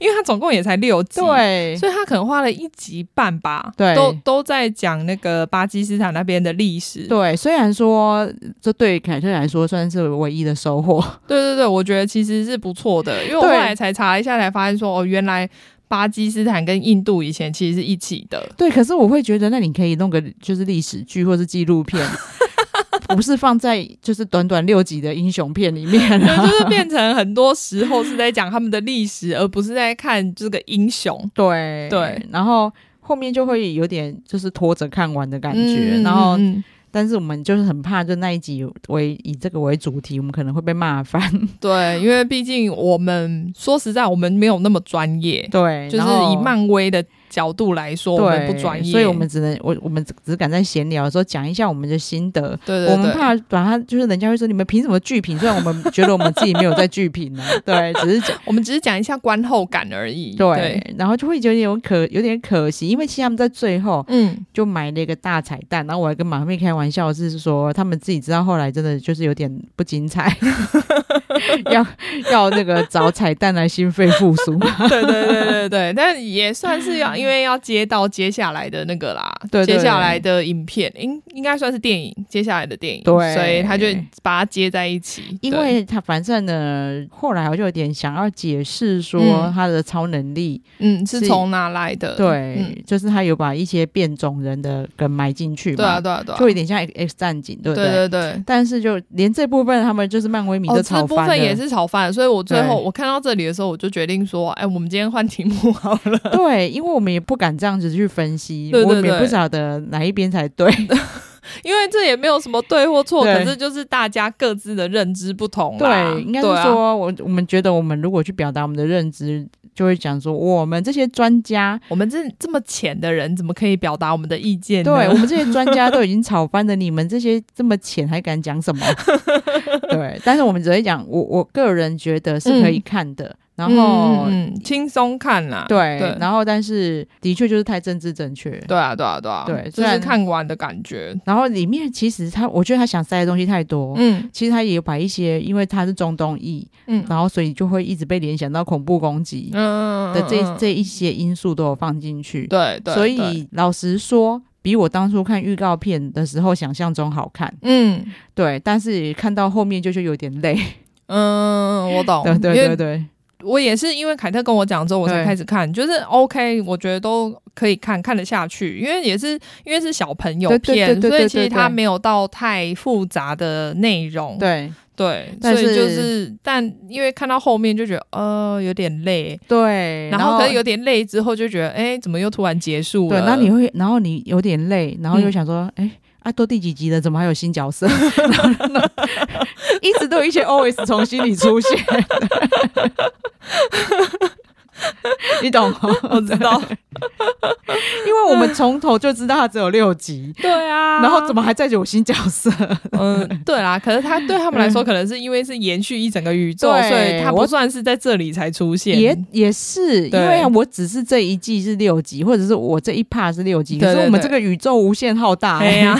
[SPEAKER 2] 因为它总共也才六集，，
[SPEAKER 1] 对
[SPEAKER 2] 所以他可能花了一集半吧，
[SPEAKER 1] 对
[SPEAKER 2] 都都在讲那个巴基斯坦那边的历史，
[SPEAKER 1] 对，虽然说这对凯特来说算是唯一的收获，
[SPEAKER 2] 对对对，我觉得其实是不错的，因为我
[SPEAKER 1] 对
[SPEAKER 2] 后来才查一下，才发现说哦，原来巴基斯坦跟印度以前其实是一起 的。
[SPEAKER 1] 对。可是我会觉得，那你可以弄个就是历史剧或是纪录 片。不是放在就是短短六集的英雄片里面
[SPEAKER 2] 对，
[SPEAKER 1] 啊，
[SPEAKER 2] 就是变成很多时候是在讲他们的历史，而不是在看这个英雄。
[SPEAKER 1] 对
[SPEAKER 2] 对，
[SPEAKER 1] 然后后面就会有点就是拖着看完的感觉，
[SPEAKER 2] 嗯
[SPEAKER 1] 然后
[SPEAKER 2] 嗯嗯
[SPEAKER 1] 但是我们就是很怕，就那一集为以这个为主题，我们可能会被骂翻。
[SPEAKER 2] 对，因为毕竟我们说实在，我们没有那么专业，
[SPEAKER 1] 对
[SPEAKER 2] 就是
[SPEAKER 1] 然后
[SPEAKER 2] 以漫威的角度来说，我们
[SPEAKER 1] 对，
[SPEAKER 2] 不专业，
[SPEAKER 1] 所以我们只能我我们只只敢在闲聊的时候讲一下我们的心得。
[SPEAKER 2] 对对对，
[SPEAKER 1] 我们怕把它，就是人家会说你们凭什么剧评？虽然我们觉得我们自己没有在剧评 呢，对，只是讲
[SPEAKER 2] 我们只是讲一下观后感而已。
[SPEAKER 1] 对，然后就会有点有可有点可惜，因为其实他们在最后
[SPEAKER 2] 嗯，
[SPEAKER 1] 就埋了一个大彩蛋，然后我还跟马妹开玩笑是说，他们自己知道后来真的就是有点不 精彩，要要那个找彩蛋来心肺复苏。
[SPEAKER 2] 对对对对对， 但也算是要，因为要接到接下来的那个啦，
[SPEAKER 1] 嗯对对
[SPEAKER 2] 接下来的影片应应该算是电影，接下来的电影，
[SPEAKER 1] 对
[SPEAKER 2] 所以他就把它接在一起，
[SPEAKER 1] 因
[SPEAKER 2] 对
[SPEAKER 1] 为他反正呢，后来我就有点想要解释说
[SPEAKER 2] 嗯
[SPEAKER 1] 他的超能力，
[SPEAKER 2] 嗯是
[SPEAKER 1] 是
[SPEAKER 2] 从哪来的？
[SPEAKER 1] 对，
[SPEAKER 2] 嗯，
[SPEAKER 1] 就是他有把一些变种人的梗埋进去嘛，
[SPEAKER 2] 对啊对啊对啊，啊
[SPEAKER 1] 就有点像 X X 战警，对不
[SPEAKER 2] 对对对，
[SPEAKER 1] 但是就连这部分他们就是漫威迷
[SPEAKER 2] 哦，
[SPEAKER 1] 都
[SPEAKER 2] 这
[SPEAKER 1] 炒
[SPEAKER 2] 部
[SPEAKER 1] 翻了，
[SPEAKER 2] 分也是炒饭，所以我最后
[SPEAKER 1] 对
[SPEAKER 2] 我看到这里的时候，我就决定说，哎，我们今天换题目 好了。
[SPEAKER 1] 对，因为我们也不敢这样子去分析，
[SPEAKER 2] 对对
[SPEAKER 1] 我们也
[SPEAKER 2] 对
[SPEAKER 1] 不晓得哪一边才对，
[SPEAKER 2] 因为这也没有什么对或错，
[SPEAKER 1] 对
[SPEAKER 2] 可是就是大家各自的认知不同啦。
[SPEAKER 1] 对，应该是
[SPEAKER 2] 对啊
[SPEAKER 1] 说我我们觉得我们如果去表达我们的认知，就会讲说我们这些专 家，
[SPEAKER 2] 我们这这么浅的人，怎么可以表达我们的意见呢？
[SPEAKER 1] 对我们这些专家都已经吵翻了，你们这些这么 浅还敢讲什么？对，但是我们只会讲，我我个人觉得是可以看的，然
[SPEAKER 2] 嗯
[SPEAKER 1] 后、
[SPEAKER 2] 嗯嗯轻松看啦。
[SPEAKER 1] 对，
[SPEAKER 2] 对
[SPEAKER 1] 然后但是的确就是太政治正确，
[SPEAKER 2] 对啊，对啊，对啊，
[SPEAKER 1] 对
[SPEAKER 2] 就
[SPEAKER 1] 虽
[SPEAKER 2] 是
[SPEAKER 1] 然
[SPEAKER 2] 看完的感觉。
[SPEAKER 1] 然后里面其实他，我觉得他想塞的东西太多。
[SPEAKER 2] 嗯
[SPEAKER 1] 其实他也有把一些，因为他是中东裔，
[SPEAKER 2] 嗯
[SPEAKER 1] 然后所以就会一直被联想到恐怖攻击
[SPEAKER 2] 嗯
[SPEAKER 1] 的这、
[SPEAKER 2] 嗯嗯
[SPEAKER 1] 这一些因素都有放进去。
[SPEAKER 2] 对对，
[SPEAKER 1] 所
[SPEAKER 2] 对
[SPEAKER 1] 以老实说，比我当初看预告片的时候想象中好看。
[SPEAKER 2] 嗯。
[SPEAKER 1] 对，但是看到后面就就有点累。
[SPEAKER 2] 嗯，我懂，
[SPEAKER 1] 对对
[SPEAKER 2] 因
[SPEAKER 1] 对
[SPEAKER 2] 为
[SPEAKER 1] 对
[SPEAKER 2] 我也是因为凯特跟我讲之后，我才
[SPEAKER 1] 对
[SPEAKER 2] 开始看，就是 OK，我觉得都可以看，看得下去，因为也是因为是小朋友
[SPEAKER 1] 对对
[SPEAKER 2] 片，
[SPEAKER 1] 对对
[SPEAKER 2] 所以
[SPEAKER 1] 对
[SPEAKER 2] 其实
[SPEAKER 1] 对
[SPEAKER 2] 它
[SPEAKER 1] 对
[SPEAKER 2] 没有到太复杂的内容，
[SPEAKER 1] 对
[SPEAKER 2] 对，
[SPEAKER 1] 但
[SPEAKER 2] 所以就是是，但因为看到后面就觉得呃有点累，
[SPEAKER 1] 对，
[SPEAKER 2] 然后可能有点累之后就觉得，哎，怎么又突然结束
[SPEAKER 1] 对，
[SPEAKER 2] 了？
[SPEAKER 1] 然后你会，然后你有点累，然后又
[SPEAKER 2] 呃嗯
[SPEAKER 1] 想说，哎、啊，都第几集了，怎么还有新角色？ 一直都有一些 OS 从心里出现， 你懂吗？
[SPEAKER 2] 我知道，
[SPEAKER 1] 因为我们从头就知道它只有六集，
[SPEAKER 2] 对啊，
[SPEAKER 1] 然后怎
[SPEAKER 2] 么？
[SPEAKER 1] 么还在有新角色？
[SPEAKER 2] 嗯，对啦，可是他对他们来 说，可能是因为是延续一整个宇宙，
[SPEAKER 1] 对
[SPEAKER 2] 所以他不
[SPEAKER 1] 我
[SPEAKER 2] 算是在这里才出现，
[SPEAKER 1] 也也是，因
[SPEAKER 2] 对
[SPEAKER 1] 为我只是这一季是六集，或者是我这一 part 是六集，
[SPEAKER 2] 对
[SPEAKER 1] 可
[SPEAKER 2] 对
[SPEAKER 1] 是我们
[SPEAKER 2] 对
[SPEAKER 1] 这个宇宙无限浩大、
[SPEAKER 2] 哎呀，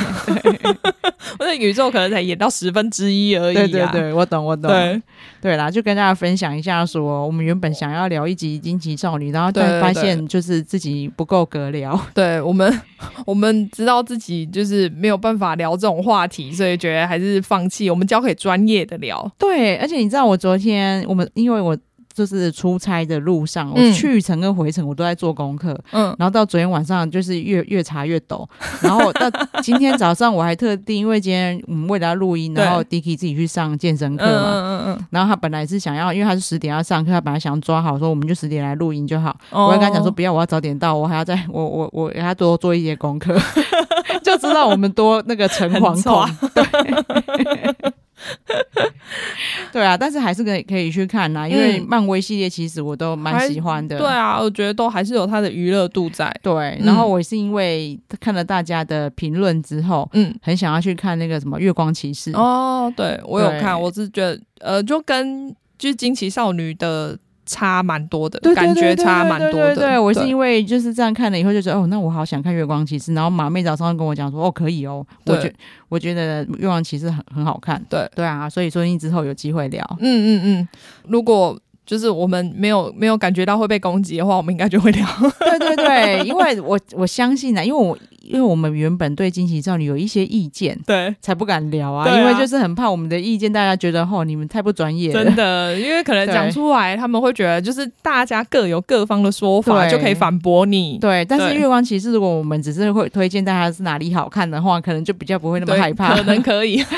[SPEAKER 2] 我的宇宙可能才演到十分之一而已、啊。
[SPEAKER 1] 对对对，我懂我懂。
[SPEAKER 2] 对
[SPEAKER 1] 对啦，就跟大家分享一下说，我们原本想要聊一集《惊奇少女》，然后
[SPEAKER 2] 对对
[SPEAKER 1] 但发
[SPEAKER 2] 对
[SPEAKER 1] 现就是自己不够格聊，
[SPEAKER 2] 对我们 我们知道自己就是没有办法聊这种话题，所以觉得还是放弃，我们交给专业的聊。
[SPEAKER 1] 对，而且你知道，我昨天我们因为我就是出差的路上，
[SPEAKER 2] 嗯
[SPEAKER 1] 我去程跟回程我都在做功课，
[SPEAKER 2] 嗯，
[SPEAKER 1] 然后到昨天晚上就是越越查越抖，然后 到今天早上我还特地，因为今天我们为了要录音，
[SPEAKER 2] 对
[SPEAKER 1] 然后 Dicky 自己去上健身
[SPEAKER 2] 嗯
[SPEAKER 1] 课嘛。
[SPEAKER 2] 嗯嗯嗯，
[SPEAKER 1] 然后他本来是想要，因为他是十点要上课，他本来想抓好说我们就十点来录音就好。
[SPEAKER 2] 哦
[SPEAKER 1] 我会跟他讲说，不要，我要早点到，我还要再我我我给他多做一些功课， 就知道我们多那个诚惶
[SPEAKER 2] 很
[SPEAKER 1] 恐。对， 对啊，但是还是可以可以去看啊啦，因为
[SPEAKER 2] 嗯
[SPEAKER 1] 漫威系列其实我都蛮喜欢的。
[SPEAKER 2] 对啊，我觉得都还是有它的娱乐度在。
[SPEAKER 1] 对，
[SPEAKER 2] 嗯
[SPEAKER 1] 然后我是因为看了大家的评论之后，
[SPEAKER 2] 嗯，
[SPEAKER 1] 很想要去看那个什么《月光骑士》。
[SPEAKER 2] 哦，对我有
[SPEAKER 1] 对
[SPEAKER 2] 看，我是觉得呃，就跟就是惊奇少女的差蛮多的，
[SPEAKER 1] 对
[SPEAKER 2] 感觉差蛮多的。
[SPEAKER 1] 对对对对对，我是
[SPEAKER 2] 为
[SPEAKER 1] 因为就是这样看了以后就觉得，哦，那我好想看《月光骑士》，然后马妹早上跟我讲说，哦，可以哦，我
[SPEAKER 2] 对
[SPEAKER 1] 觉我觉得《月光骑士很》很好看，
[SPEAKER 2] 对
[SPEAKER 1] 对啊，所以说你之后有机会聊。
[SPEAKER 2] 嗯嗯嗯，如果就是我们没有没有感觉到会被攻击的话，我们应该就会聊。
[SPEAKER 1] 对对对，因为我我相信啊，因为我因为我们原本对《惊奇少女》有一些意见。
[SPEAKER 2] 对，
[SPEAKER 1] 才不敢聊啊，
[SPEAKER 2] 对啊
[SPEAKER 1] 因为就是很怕我们的意见，大家觉得哦吼你们太不专业了
[SPEAKER 2] 真。的，因为可能讲出来，他们会觉得就是大家各有各方的说法，
[SPEAKER 1] 对
[SPEAKER 2] 就可以反驳你。
[SPEAKER 1] 对，但是《
[SPEAKER 2] 对
[SPEAKER 1] 月光骑士》如果我们只是会推荐大家是哪里好看的话，可能就比较不会那么
[SPEAKER 2] 对
[SPEAKER 1] 害怕
[SPEAKER 2] 可。能可 以。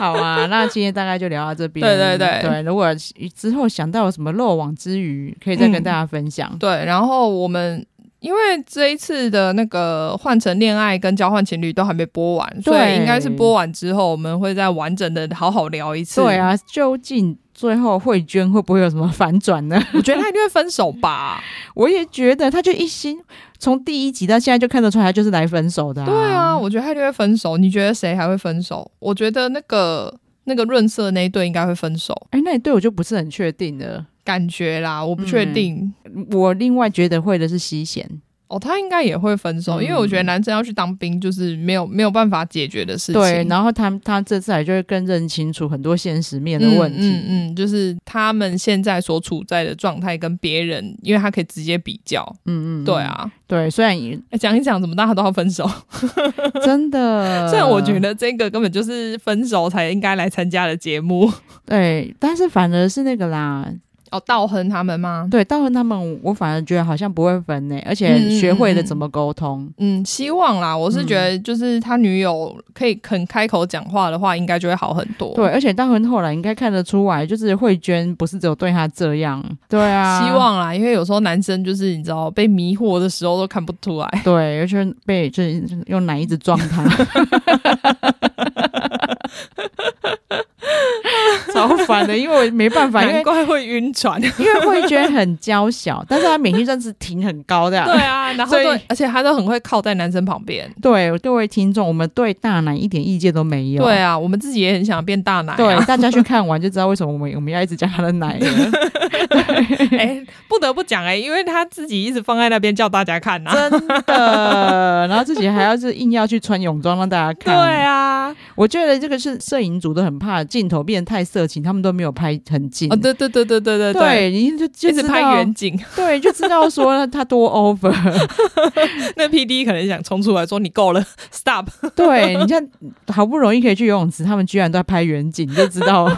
[SPEAKER 1] 好啊，那今天大概就聊到这边。
[SPEAKER 2] 对对对
[SPEAKER 1] 对，如果之后想到有什么漏网之鱼，可以再
[SPEAKER 2] 嗯
[SPEAKER 1] 跟大家分享。
[SPEAKER 2] 对，然后我们。因为这一次的那个换成恋爱跟交换情侣都还没播完，所以
[SPEAKER 1] 对
[SPEAKER 2] 应该是播完之后，我们会再完整的好好聊一次。
[SPEAKER 1] 对，啊，究竟最后慧娟会不会有什么反转呢？
[SPEAKER 2] 我觉得他一定会分手吧？
[SPEAKER 1] 我也觉得，他就一心从第一集到现在就看得出来，他就是来分手的、
[SPEAKER 2] 对啊，，我觉得他一定会分手。你觉得谁还会分手？我觉得那个那个润色那一对应该会分手，
[SPEAKER 1] 哎、那一对我就不是很确定了。
[SPEAKER 2] 感觉啦，我不确定。
[SPEAKER 1] 我另外觉得会的是西贤，
[SPEAKER 2] 哦，他应该也会分手，
[SPEAKER 1] 嗯
[SPEAKER 2] 因为我觉得男生要去当兵就是没有没有办法解决的事情。
[SPEAKER 1] 对，然后他他这次来就会更认清楚很多现实面的问题。
[SPEAKER 2] 嗯嗯嗯，就是他们现在所处在的状态跟别人，因为他可以直接比较。
[SPEAKER 1] 嗯嗯
[SPEAKER 2] 对，啊，
[SPEAKER 1] 对，虽然
[SPEAKER 2] 诶讲一讲怎么大家都要 分手，
[SPEAKER 1] 真 的，
[SPEAKER 2] 虽然我觉得这个根本就是分手才应该来参加的节目。
[SPEAKER 1] 对，但是反而是那个啦，
[SPEAKER 2] 哦，道亨他们吗？
[SPEAKER 1] 对，到了他们，我反而觉得好像不会分呢、而且学会了怎么沟通。
[SPEAKER 2] 嗯，希望啦，我是觉
[SPEAKER 1] 嗯
[SPEAKER 2] 得就是他女友可以肯开口讲话的话，应该就会好很多。
[SPEAKER 1] 对，而且大亨后来应该看得出来，就是慧娟不是只有对他这样，对啊，
[SPEAKER 2] 希望啦，因为有时候男生就是你知道被迷惑的时候都看不出 来。
[SPEAKER 1] 对，而且被就是用奶一直撞 他，超烦的，因为我没办法，因为
[SPEAKER 2] 难怪会晕船。
[SPEAKER 1] 因为慧娟很娇小，但是她免疫力真是挺很高的、
[SPEAKER 2] 对啊，然后
[SPEAKER 1] 所以
[SPEAKER 2] 对，而且他都很会靠在男生旁边。
[SPEAKER 1] 对，各位听众，我们对大奶一点意见都没有。
[SPEAKER 2] 对啊，我们自己也很想变大奶、啊。
[SPEAKER 1] 对，大家去看完就知道为什么我们我们要一直讲他的奶了。
[SPEAKER 2] 哎、不得不讲哎、因为他自己一直放在那边叫大家看呐、啊。
[SPEAKER 1] 真的，然后自己还要是硬要去穿泳装让大家
[SPEAKER 2] 对
[SPEAKER 1] 看。，
[SPEAKER 2] 啊，
[SPEAKER 1] 我觉得这个是摄影组都很怕镜头变得太色情，他们都没有拍很近。
[SPEAKER 2] 哦，对对对对对对
[SPEAKER 1] 对，，你就就
[SPEAKER 2] 一直
[SPEAKER 1] 知道
[SPEAKER 2] 拍远，景，
[SPEAKER 1] 对，就知道说他多 over。
[SPEAKER 2] 那 P D 可能想冲出来说你够了，stop。
[SPEAKER 1] 对，你看，好不容易可以去游泳池，他们居然都在拍远景，就知 道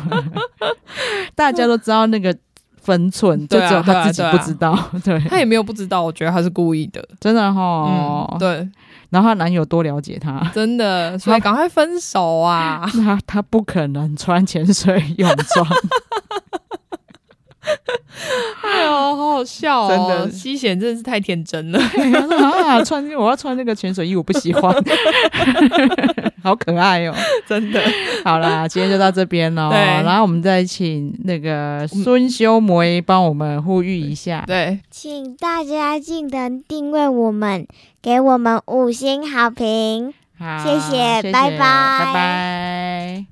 [SPEAKER 1] 大家都知道那个分寸，就
[SPEAKER 2] 对啊
[SPEAKER 1] 只有他自己
[SPEAKER 2] 对啊
[SPEAKER 1] 不
[SPEAKER 2] 对啊
[SPEAKER 1] 知道。对，
[SPEAKER 2] 他也没有不知道，我觉得他是故意的。
[SPEAKER 1] 真的哈。
[SPEAKER 2] 嗯，对，
[SPEAKER 1] 然后她男友多了解她。
[SPEAKER 2] 真的，所以赶快分手 啊！
[SPEAKER 1] 那他不可能穿潜水泳 装，
[SPEAKER 2] 哎呦，好好笑哦！
[SPEAKER 1] 真的
[SPEAKER 2] 西贤真的是太天真了。
[SPEAKER 1] 他说啊，穿我要穿那个潜水衣，我不喜 欢，好可爱哦。
[SPEAKER 2] 真的，
[SPEAKER 1] 好啦，今天就到这边喽。
[SPEAKER 2] 对
[SPEAKER 1] 然后我们再请那个孙修摩帮我们呼吁一下。
[SPEAKER 2] 对，
[SPEAKER 3] 请大家记得订阅我们，给我们五星好评。
[SPEAKER 1] 好，
[SPEAKER 3] 谢谢
[SPEAKER 1] 谢
[SPEAKER 3] 拜拜
[SPEAKER 1] 拜拜。